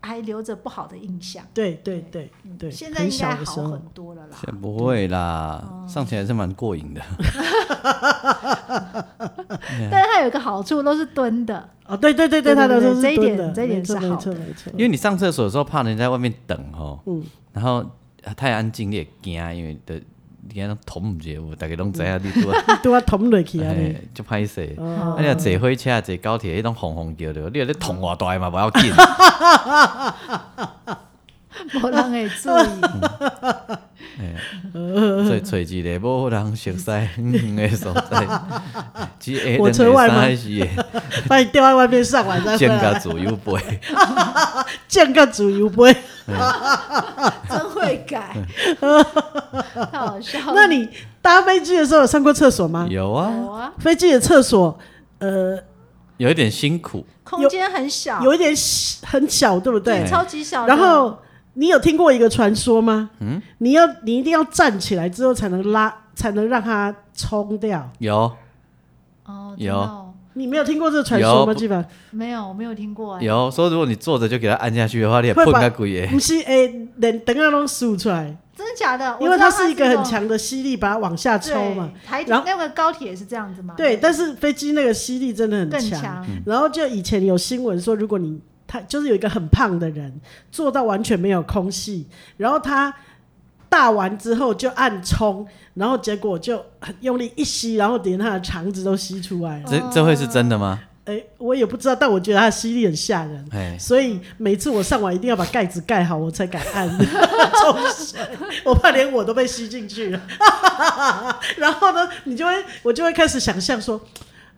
[SPEAKER 2] 还留着不好的印象。
[SPEAKER 1] 对对对对，
[SPEAKER 2] 嗯现在
[SPEAKER 1] 很
[SPEAKER 2] 应该
[SPEAKER 1] 小的时
[SPEAKER 2] 好
[SPEAKER 1] 候
[SPEAKER 2] 很。多了啦。
[SPEAKER 3] *laughs* 现在不会
[SPEAKER 1] 哦
[SPEAKER 3] 啦，上起来是蛮过瘾的。
[SPEAKER 2] 但是它有一个好处，都是蹲的， *laughs*
[SPEAKER 1] 哦，对对对
[SPEAKER 2] 对
[SPEAKER 1] 它
[SPEAKER 2] 对
[SPEAKER 1] 的
[SPEAKER 2] 对
[SPEAKER 1] 都是
[SPEAKER 2] 这一
[SPEAKER 1] 蹲
[SPEAKER 2] 点
[SPEAKER 1] 的，
[SPEAKER 2] 这一点
[SPEAKER 1] 没错
[SPEAKER 2] 是
[SPEAKER 1] 没
[SPEAKER 2] 好
[SPEAKER 1] 错没错
[SPEAKER 3] 因。为你上厕所的时候怕人在外面等吼，
[SPEAKER 1] 嗯
[SPEAKER 3] 然后啊太安静你也惊，因为的你看捅唔住，有大家拢知影你多，
[SPEAKER 1] *laughs* 都要捅落去啊！
[SPEAKER 3] 哎
[SPEAKER 1] 嗯你
[SPEAKER 3] 就歹势。
[SPEAKER 1] 哦嗯
[SPEAKER 3] 啊，你若坐火车、坐高铁，迄种红红叫着，你若咧捅偌大嘛，不要紧。
[SPEAKER 2] 我让会注意。
[SPEAKER 1] *laughs*
[SPEAKER 3] 所以找一个无人熟悉嗯的所在，只
[SPEAKER 1] *laughs*
[SPEAKER 3] 下
[SPEAKER 1] 火车外吗
[SPEAKER 3] 三时的
[SPEAKER 1] 把你吊在外面上晚再回
[SPEAKER 3] 见个
[SPEAKER 1] 来，
[SPEAKER 3] 左右背，
[SPEAKER 1] 见个主油杯。
[SPEAKER 2] 真会改，太 *laughs* 好笑了。
[SPEAKER 1] 那你搭飞机的时候有上过厕所吗？
[SPEAKER 3] 有啊，
[SPEAKER 2] 有啊，
[SPEAKER 1] 飞机的厕所，呃，
[SPEAKER 3] 有一点辛苦，
[SPEAKER 2] 空间很小，
[SPEAKER 1] 有一点小很小，对不对
[SPEAKER 2] 对，？超级小的。
[SPEAKER 1] 然后你有听过一个传说吗？嗯，你要你一定要站起来之后才能拉，才能让它冲掉。
[SPEAKER 3] 有
[SPEAKER 2] 哦，
[SPEAKER 3] 有
[SPEAKER 2] 真的哦
[SPEAKER 1] 你没有听过这个传说吗？
[SPEAKER 3] 有
[SPEAKER 1] 基本
[SPEAKER 2] 没有？我没有听过哎。
[SPEAKER 3] 有，所以如果你坐着就给它按下去的话，你也
[SPEAKER 1] 会
[SPEAKER 3] 碰
[SPEAKER 1] 把
[SPEAKER 3] 个鬼的，
[SPEAKER 1] 不是诶，连等下都数出来，
[SPEAKER 2] 真的假的？
[SPEAKER 1] 因
[SPEAKER 2] 我
[SPEAKER 1] 为
[SPEAKER 2] 知
[SPEAKER 1] 它
[SPEAKER 2] 道它
[SPEAKER 1] 是一个
[SPEAKER 2] 这
[SPEAKER 1] 很
[SPEAKER 2] 种
[SPEAKER 1] 强的吸力，把它往下啊抽
[SPEAKER 2] 对
[SPEAKER 1] 嘛。
[SPEAKER 2] 台
[SPEAKER 1] 然后
[SPEAKER 2] 那个高铁是这样子嘛？
[SPEAKER 1] 对，，但是飞机那个吸力真的很
[SPEAKER 2] 更强。
[SPEAKER 1] 然后就以前有新闻说，如果你他就是有一个很胖的人做到完全没有空隙，然后他大完之后就按冲，然后结果就很用力一吸，然后连他的肠子都吸出来了。
[SPEAKER 3] 这这会是真的吗？
[SPEAKER 1] 哎、我也不知道，但我觉得他的吸力很吓人。
[SPEAKER 3] 哎，
[SPEAKER 1] 所以每次我上网一定要把盖子盖好，我才敢
[SPEAKER 3] *laughs*
[SPEAKER 1] 按冲水，我怕连我都被吸进去了。 *laughs* 然后呢，你就会我就会开始想象说，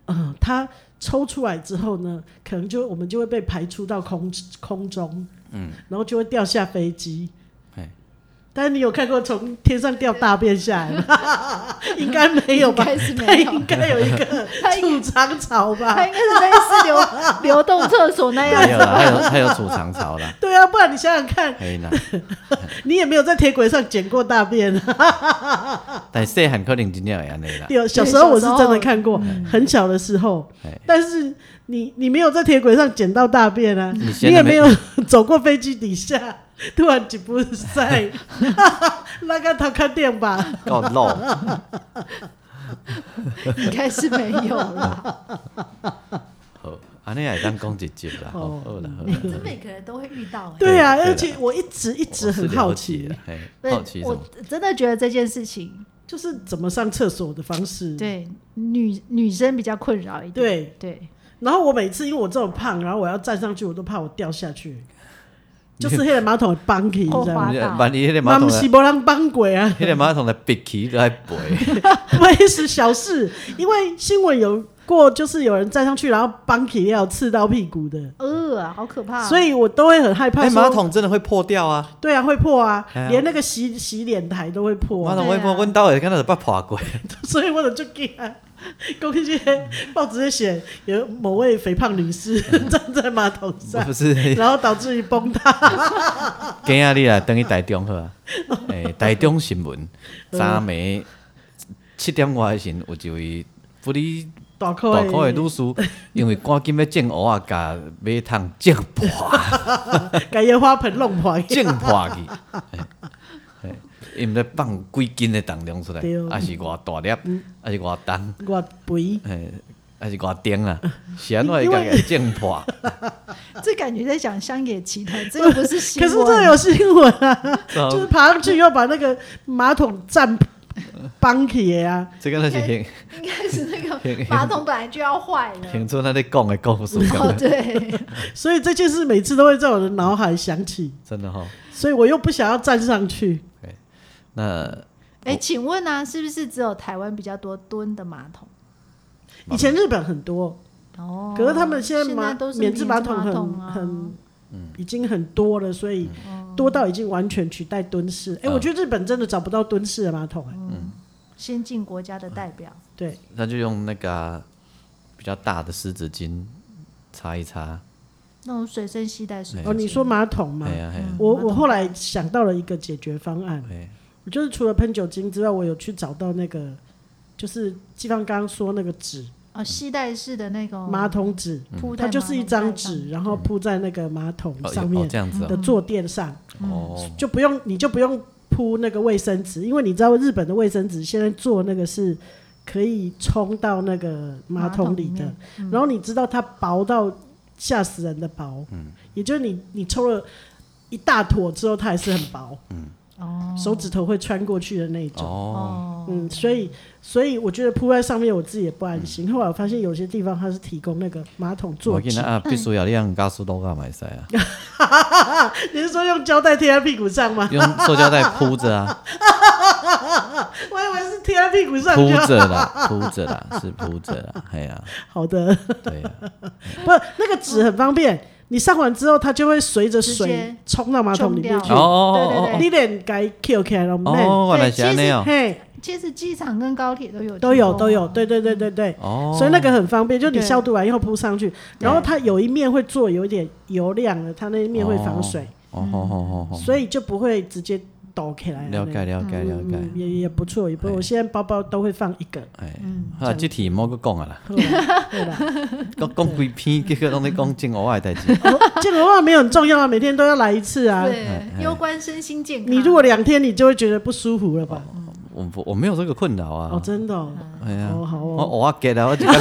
[SPEAKER 1] 呃，它抽出来之后呢，可能就我们就会被排出到空空中，嗯，然后就会掉下飞机
[SPEAKER 3] 哎。
[SPEAKER 1] 但是你有看过从天上掉大便下来吗？ *laughs* 应该没有吧
[SPEAKER 2] 应该是？没
[SPEAKER 1] 它
[SPEAKER 2] 有
[SPEAKER 1] 应该有一个
[SPEAKER 2] *laughs* 它应
[SPEAKER 1] 储藏槽吧？
[SPEAKER 2] 它应该是类似流
[SPEAKER 1] *laughs*
[SPEAKER 2] 流动厕所
[SPEAKER 1] 哎
[SPEAKER 2] 那样
[SPEAKER 3] 没有
[SPEAKER 2] 子
[SPEAKER 3] 啦，还有
[SPEAKER 2] 吧。
[SPEAKER 3] 还有储藏槽啦，哎
[SPEAKER 1] 对啊，不然你想想看，
[SPEAKER 3] 可以啦。
[SPEAKER 1] *laughs* 你也没有在铁轨上捡过大便
[SPEAKER 2] *laughs*
[SPEAKER 1] 啊。
[SPEAKER 3] 但细汉可能真正会安尼啦，
[SPEAKER 1] 有小时候我是真的看过
[SPEAKER 2] 小时候嗯，
[SPEAKER 1] 很小的时候
[SPEAKER 3] 哎。
[SPEAKER 1] 但是你你没有在铁轨上捡到大便啊，
[SPEAKER 3] 你
[SPEAKER 1] 你
[SPEAKER 3] 闲
[SPEAKER 1] 也
[SPEAKER 3] 得
[SPEAKER 1] 没
[SPEAKER 3] 没
[SPEAKER 1] 有 *laughs* 走过飞机底下，突然几步
[SPEAKER 3] *laughs*
[SPEAKER 1] 塞，那个头看店吧。
[SPEAKER 3] 够漏。
[SPEAKER 2] *laughs* 应该是没有
[SPEAKER 3] *laughs*
[SPEAKER 2] 啦。
[SPEAKER 3] 好，安尼也当讲一集啦，
[SPEAKER 1] 哦
[SPEAKER 3] 好，好啦，好啦。
[SPEAKER 2] 这每个人都会遇到哎。
[SPEAKER 1] 对啊，
[SPEAKER 3] 对啦
[SPEAKER 1] 而且我一直一直很好奇，
[SPEAKER 3] 嘿，
[SPEAKER 2] 欸对
[SPEAKER 3] 好奇什
[SPEAKER 2] 我
[SPEAKER 3] 么？
[SPEAKER 2] 真的觉得这件事情，
[SPEAKER 1] 就是怎么上厕所的方式。
[SPEAKER 2] 对女女生比较困扰一点。
[SPEAKER 1] 对，
[SPEAKER 2] 对
[SPEAKER 1] 然后我每次因为我这么胖，然后我要站上去，我都怕我掉下去，
[SPEAKER 3] *laughs*
[SPEAKER 1] 就是那个马桶绑起，你知道
[SPEAKER 2] 滑
[SPEAKER 1] 吗？
[SPEAKER 3] 你
[SPEAKER 2] 倒
[SPEAKER 3] 万一迄个马
[SPEAKER 1] 妈
[SPEAKER 3] 桶
[SPEAKER 1] 不
[SPEAKER 3] 来
[SPEAKER 1] 是，没人绑过啊。
[SPEAKER 3] 迄个马桶来憋起来背，
[SPEAKER 1] *laughs* 不也是小事，因为新闻有过，就是有人站上去，然后帮 u n 刺到屁股的，
[SPEAKER 2] 呃，克啊，好可怕、啊。
[SPEAKER 1] 所以我都会很害怕
[SPEAKER 4] 哎，
[SPEAKER 1] 说。
[SPEAKER 4] 马桶真的会破掉啊！
[SPEAKER 1] 对啊，会破啊
[SPEAKER 4] 哎，呀
[SPEAKER 1] 连那个洗洗脸台都会破、
[SPEAKER 4] 马
[SPEAKER 1] 啊，
[SPEAKER 4] 桶会
[SPEAKER 2] 对
[SPEAKER 4] 破，
[SPEAKER 2] 啊
[SPEAKER 4] 问到底看到底把破过。
[SPEAKER 1] *laughs* 所以我就就给啊， *laughs* 公一些报纸在写有某位肥胖女士 *laughs* 站在马桶
[SPEAKER 4] 我
[SPEAKER 1] 上，
[SPEAKER 4] 不是
[SPEAKER 1] 然后导致于崩塌。 *laughs*
[SPEAKER 3] 今仔日啊，等去台中好啊。诶、台中
[SPEAKER 1] *laughs*
[SPEAKER 3] 新闻，昨暝七点外的时候，有一位不哩
[SPEAKER 1] 大块
[SPEAKER 3] 大块的女士，因为赶紧要种蚵仔，甲马桶种
[SPEAKER 1] *laughs*
[SPEAKER 3] 破，
[SPEAKER 1] 把烟花盆弄坏。
[SPEAKER 4] *laughs*
[SPEAKER 3] 种破去。哎嘿嘿伊毋知放几斤的重量出来，
[SPEAKER 1] 对哦嗯
[SPEAKER 3] 还是偌大粒，还是偌重，
[SPEAKER 1] 我肥，
[SPEAKER 3] 嘿，还是偌
[SPEAKER 1] *laughs*
[SPEAKER 3] 重啊？是安怎会
[SPEAKER 1] 因
[SPEAKER 3] 甲
[SPEAKER 1] 为
[SPEAKER 3] 伊种
[SPEAKER 1] *laughs*
[SPEAKER 3] 破？
[SPEAKER 2] 这感觉在讲乡野奇谈，这个不是新
[SPEAKER 1] *laughs* 可
[SPEAKER 2] 闻。
[SPEAKER 1] 是这有新闻
[SPEAKER 4] *laughs*
[SPEAKER 1] 啊，
[SPEAKER 3] 是啊
[SPEAKER 1] 就是爬上去要把那个马桶站绑起的啊，
[SPEAKER 3] 这个那是现
[SPEAKER 2] 应该是那个马桶本来就要坏了。
[SPEAKER 3] 现哎出咱咧讲的
[SPEAKER 1] *laughs*
[SPEAKER 3] 故事，
[SPEAKER 2] 哦，对，
[SPEAKER 1] 所以这件事每次都会在我的脑海响起，
[SPEAKER 3] *laughs* 真的吼。
[SPEAKER 1] 所以我又不想要站上去。
[SPEAKER 3] 那
[SPEAKER 2] 哎，请问啊，是不是只有台湾比较多蹲的马桶？
[SPEAKER 1] 以前日本很多，
[SPEAKER 2] 哦，
[SPEAKER 1] 可是他们现在
[SPEAKER 2] 现
[SPEAKER 1] 马
[SPEAKER 2] 在都是
[SPEAKER 1] 免治马
[SPEAKER 2] 马
[SPEAKER 1] 桶很
[SPEAKER 2] 啊
[SPEAKER 1] 很，已经很多了，所以多到已经完全取代蹲式。哎，
[SPEAKER 3] 嗯
[SPEAKER 1] 我觉得日本真的找不到蹲式的马桶，
[SPEAKER 2] 嗯
[SPEAKER 1] 哎，
[SPEAKER 2] 先进国家的代表。
[SPEAKER 1] 对，
[SPEAKER 3] 那就用那个啊、比较大的湿纸巾擦一擦。
[SPEAKER 2] 那种随身携带是
[SPEAKER 3] 哎
[SPEAKER 1] 哦，你说马桶嘛
[SPEAKER 3] 哎，呀哎呀，
[SPEAKER 1] 我我后来想到了一个解决方案，
[SPEAKER 3] 哎，
[SPEAKER 1] 我就是除了喷酒精之外，我有去找到那个，就是季芳刚刚说那个纸，
[SPEAKER 2] 哦，吸带式的那种
[SPEAKER 1] 马桶纸，
[SPEAKER 2] 铺在
[SPEAKER 1] 它
[SPEAKER 2] 马桶盖上，
[SPEAKER 1] 就是一张纸，然后铺在那个马桶
[SPEAKER 3] 哦
[SPEAKER 1] 上
[SPEAKER 3] 哦
[SPEAKER 1] 面
[SPEAKER 3] 这样子
[SPEAKER 1] 的
[SPEAKER 3] 哦，
[SPEAKER 1] 坐垫上，
[SPEAKER 3] 哦，
[SPEAKER 1] 就不用你就不用铺那个卫生纸，因为你知道日本的卫生纸现在做那个是可以冲到那个马桶里
[SPEAKER 2] 马桶里
[SPEAKER 1] 的
[SPEAKER 2] 面，嗯
[SPEAKER 1] 然后你知道它薄到吓死人的薄，
[SPEAKER 3] 嗯
[SPEAKER 1] 也就是你你抽了一大坨之后，它还是很薄，
[SPEAKER 2] 哦
[SPEAKER 1] 手指头会穿过去的那一种。
[SPEAKER 3] 嗯哦，
[SPEAKER 2] 哦，
[SPEAKER 1] 嗯，所以所以我觉得铺在上面，我自己也不安心。后来我发现有些地方它是提供那个马桶坐嗯
[SPEAKER 3] 嗯我
[SPEAKER 1] 垫
[SPEAKER 3] 跟，啊，必须要你用加速度噶买晒啊，
[SPEAKER 1] 你是说用胶带贴在屁股上吗？
[SPEAKER 3] 用塑胶袋铺
[SPEAKER 1] *laughs*
[SPEAKER 3] 着啊，
[SPEAKER 1] 我以为是贴在屁股上
[SPEAKER 3] 铺
[SPEAKER 1] 就好。
[SPEAKER 3] 着啦，铺着啦，是铺着啦，哎呀，
[SPEAKER 1] 好的，
[SPEAKER 3] 对啊呀，
[SPEAKER 1] 不，那个纸很方便，你上完之后它就会随着
[SPEAKER 2] 直接
[SPEAKER 1] 水冲到马桶里面
[SPEAKER 2] 冲
[SPEAKER 1] 去
[SPEAKER 3] 哦。哦
[SPEAKER 1] 你脸该 Q K 了
[SPEAKER 3] 哦
[SPEAKER 1] 没？
[SPEAKER 3] 哦，原来是安尼哦，
[SPEAKER 1] 嘿，
[SPEAKER 2] 其实机场跟高铁都有提供啊，
[SPEAKER 1] 都有都有，对对对对对。
[SPEAKER 3] 哦，
[SPEAKER 1] 所以那个很方便，就你
[SPEAKER 2] 对
[SPEAKER 1] 消毒完以后铺上去，然后它有一面会做有一点油亮的，它那一面会防水，
[SPEAKER 3] 哦，好好好好，
[SPEAKER 1] 所以就不会直接抖起来。
[SPEAKER 3] 了解了解了解
[SPEAKER 1] 嗯，，也也不错，也不错。
[SPEAKER 3] 哎
[SPEAKER 1] 我现在包包都会放一个，
[SPEAKER 3] 哎，好，这题莫个讲啊啦，
[SPEAKER 1] 对嗯啦对啦。
[SPEAKER 3] *laughs* 讲讲几篇，结果拢在讲正我的代志，
[SPEAKER 1] 哦这个话没有很重要啊，每天都要来一次啊。
[SPEAKER 2] 对，攸关身心健康。
[SPEAKER 1] 你如果两天，你就会觉得不舒服了吧？
[SPEAKER 3] 我不我没有这个困扰
[SPEAKER 1] 哦，
[SPEAKER 3] 啊，
[SPEAKER 1] 真的哦，
[SPEAKER 3] 哎呀。
[SPEAKER 1] 哦好
[SPEAKER 3] 我
[SPEAKER 1] 哦，
[SPEAKER 3] 我给了，我就刚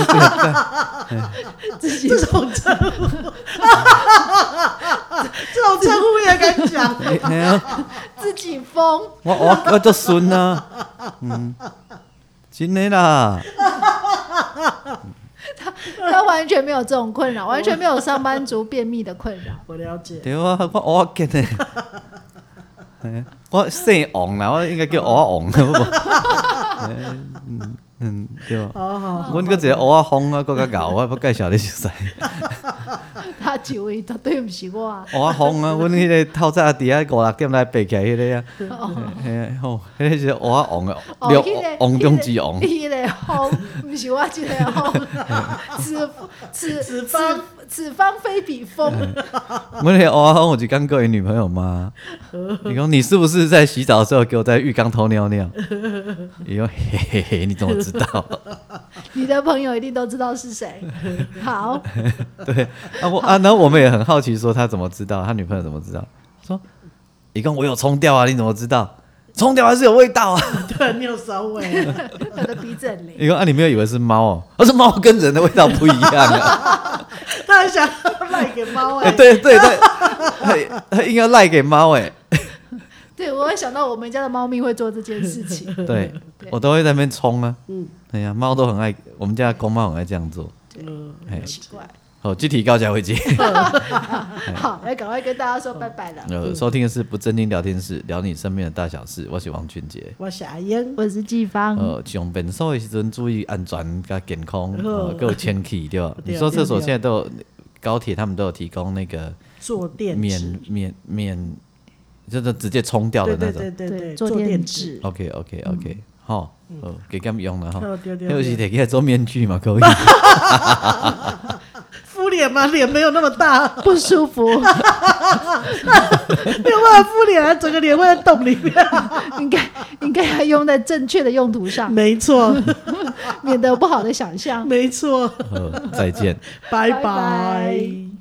[SPEAKER 3] 对，
[SPEAKER 1] 这种称呼，这种称呼也敢讲？ *laughs*
[SPEAKER 3] 哎呀
[SPEAKER 2] 自己疯，
[SPEAKER 3] *laughs* 我我我就顺啊，嗯，真的啦，
[SPEAKER 2] 他完全没有这种困扰，完全没有上班族便秘的困扰。
[SPEAKER 1] 我了解，
[SPEAKER 3] 对啊，我我给的，哎呀我姓王啦，我应该叫
[SPEAKER 1] *laughs*
[SPEAKER 3] 我王，好不好？哎嗯嗯，对吧？
[SPEAKER 1] 哦好好，
[SPEAKER 3] 阮个一个蚵仔风啊，更较牛，我要介绍你熟悉。
[SPEAKER 2] 他几位都对不起我啊，
[SPEAKER 3] 蚵仔
[SPEAKER 1] *laughs*
[SPEAKER 3] 风啊，阮迄个透早伫遐五六点来爬起来迄个啊，
[SPEAKER 1] 哦
[SPEAKER 3] 嘿吼，迄个是蚵仔王啊，
[SPEAKER 2] 哦
[SPEAKER 3] 六
[SPEAKER 2] 那个
[SPEAKER 3] 王中之王，
[SPEAKER 2] 一个红，不是我这个红，此此
[SPEAKER 1] 此
[SPEAKER 2] 此
[SPEAKER 1] 方
[SPEAKER 2] 此方非彼风，
[SPEAKER 3] 阮迄个蚵仔风，我就刚过伊女朋友 *laughs* 嘛。你讲你是不是在洗澡的时候给我在浴缸偷尿 *laughs* 尿？伊讲嘿嘿嘿，你怎么知道？ *laughs*
[SPEAKER 2] 你的朋友一定都知道是谁。好，
[SPEAKER 3] 对啊，我啊，然后我们也很好奇，说他怎么知道，他女朋友怎么知道？说，一共我有冲掉啊，你怎么知道？冲掉还是有味道啊？
[SPEAKER 1] 对，你有稍微啊，
[SPEAKER 2] *laughs* 他的鼻子很灵。
[SPEAKER 3] 一共啊，你没有以为是猫哦，而、是猫跟人的味道不一样 *laughs* 啊。
[SPEAKER 1] 他还想要赖给猫
[SPEAKER 3] 哎、
[SPEAKER 1] 哎，
[SPEAKER 3] 对对对，他他应该赖给猫哎、
[SPEAKER 2] 对我会想到我们家的猫咪会做这件事情。
[SPEAKER 3] 对
[SPEAKER 2] 对
[SPEAKER 3] 我都会在那边冲啊。嗯，对呀、猫都很爱，我们家的公猫很爱这样做。
[SPEAKER 1] 嗯，
[SPEAKER 3] *laughs* 哎，
[SPEAKER 2] 奇怪。
[SPEAKER 3] 好，具体高才会
[SPEAKER 1] *laughs*
[SPEAKER 3] 接。哎
[SPEAKER 2] 好，来赶快跟大家说拜拜了。
[SPEAKER 3] 呃，收听的是不正经聊天室，聊你身边的大小事。我是王俊杰。
[SPEAKER 1] 我是阿英，
[SPEAKER 2] 我是季
[SPEAKER 1] 嗯
[SPEAKER 2] 芳，
[SPEAKER 3] 呃，上便所的时阵注意安全加健康，
[SPEAKER 1] 好 *laughs*
[SPEAKER 3] 呃，还有清气对吧？
[SPEAKER 1] 哦对啊
[SPEAKER 3] 你说厕所现在都有高铁他们都有提供那个
[SPEAKER 1] 坐垫
[SPEAKER 3] 免
[SPEAKER 1] 纸，
[SPEAKER 3] 免免，就是直接冲掉的
[SPEAKER 1] 对
[SPEAKER 3] 那
[SPEAKER 1] 对
[SPEAKER 3] 种。
[SPEAKER 1] 对对
[SPEAKER 2] 对
[SPEAKER 1] 对，嗯
[SPEAKER 2] 坐
[SPEAKER 1] 坐
[SPEAKER 2] 垫
[SPEAKER 1] 垫
[SPEAKER 2] 纸
[SPEAKER 1] 纸，
[SPEAKER 3] OK OK OK，好，哦给他们用了哈。
[SPEAKER 1] 哦对对
[SPEAKER 3] 还有是
[SPEAKER 1] 对，
[SPEAKER 3] 得给他做面具
[SPEAKER 1] *laughs*
[SPEAKER 3] 嘛，可以。
[SPEAKER 1] 敷脸吗？脸没有那么大， *laughs*
[SPEAKER 2] 不舒服， *laughs*
[SPEAKER 1] 没有办法敷脸啊，整个脸会在洞里
[SPEAKER 2] *laughs*
[SPEAKER 1] 面。
[SPEAKER 2] 应该应该要用在正确的用途
[SPEAKER 3] *laughs*
[SPEAKER 2] 上，
[SPEAKER 1] 没错，
[SPEAKER 2] 免得有不好的想象。
[SPEAKER 1] 没错，
[SPEAKER 3] 好再见。
[SPEAKER 1] 拜
[SPEAKER 2] 拜
[SPEAKER 1] 拜
[SPEAKER 2] 拜。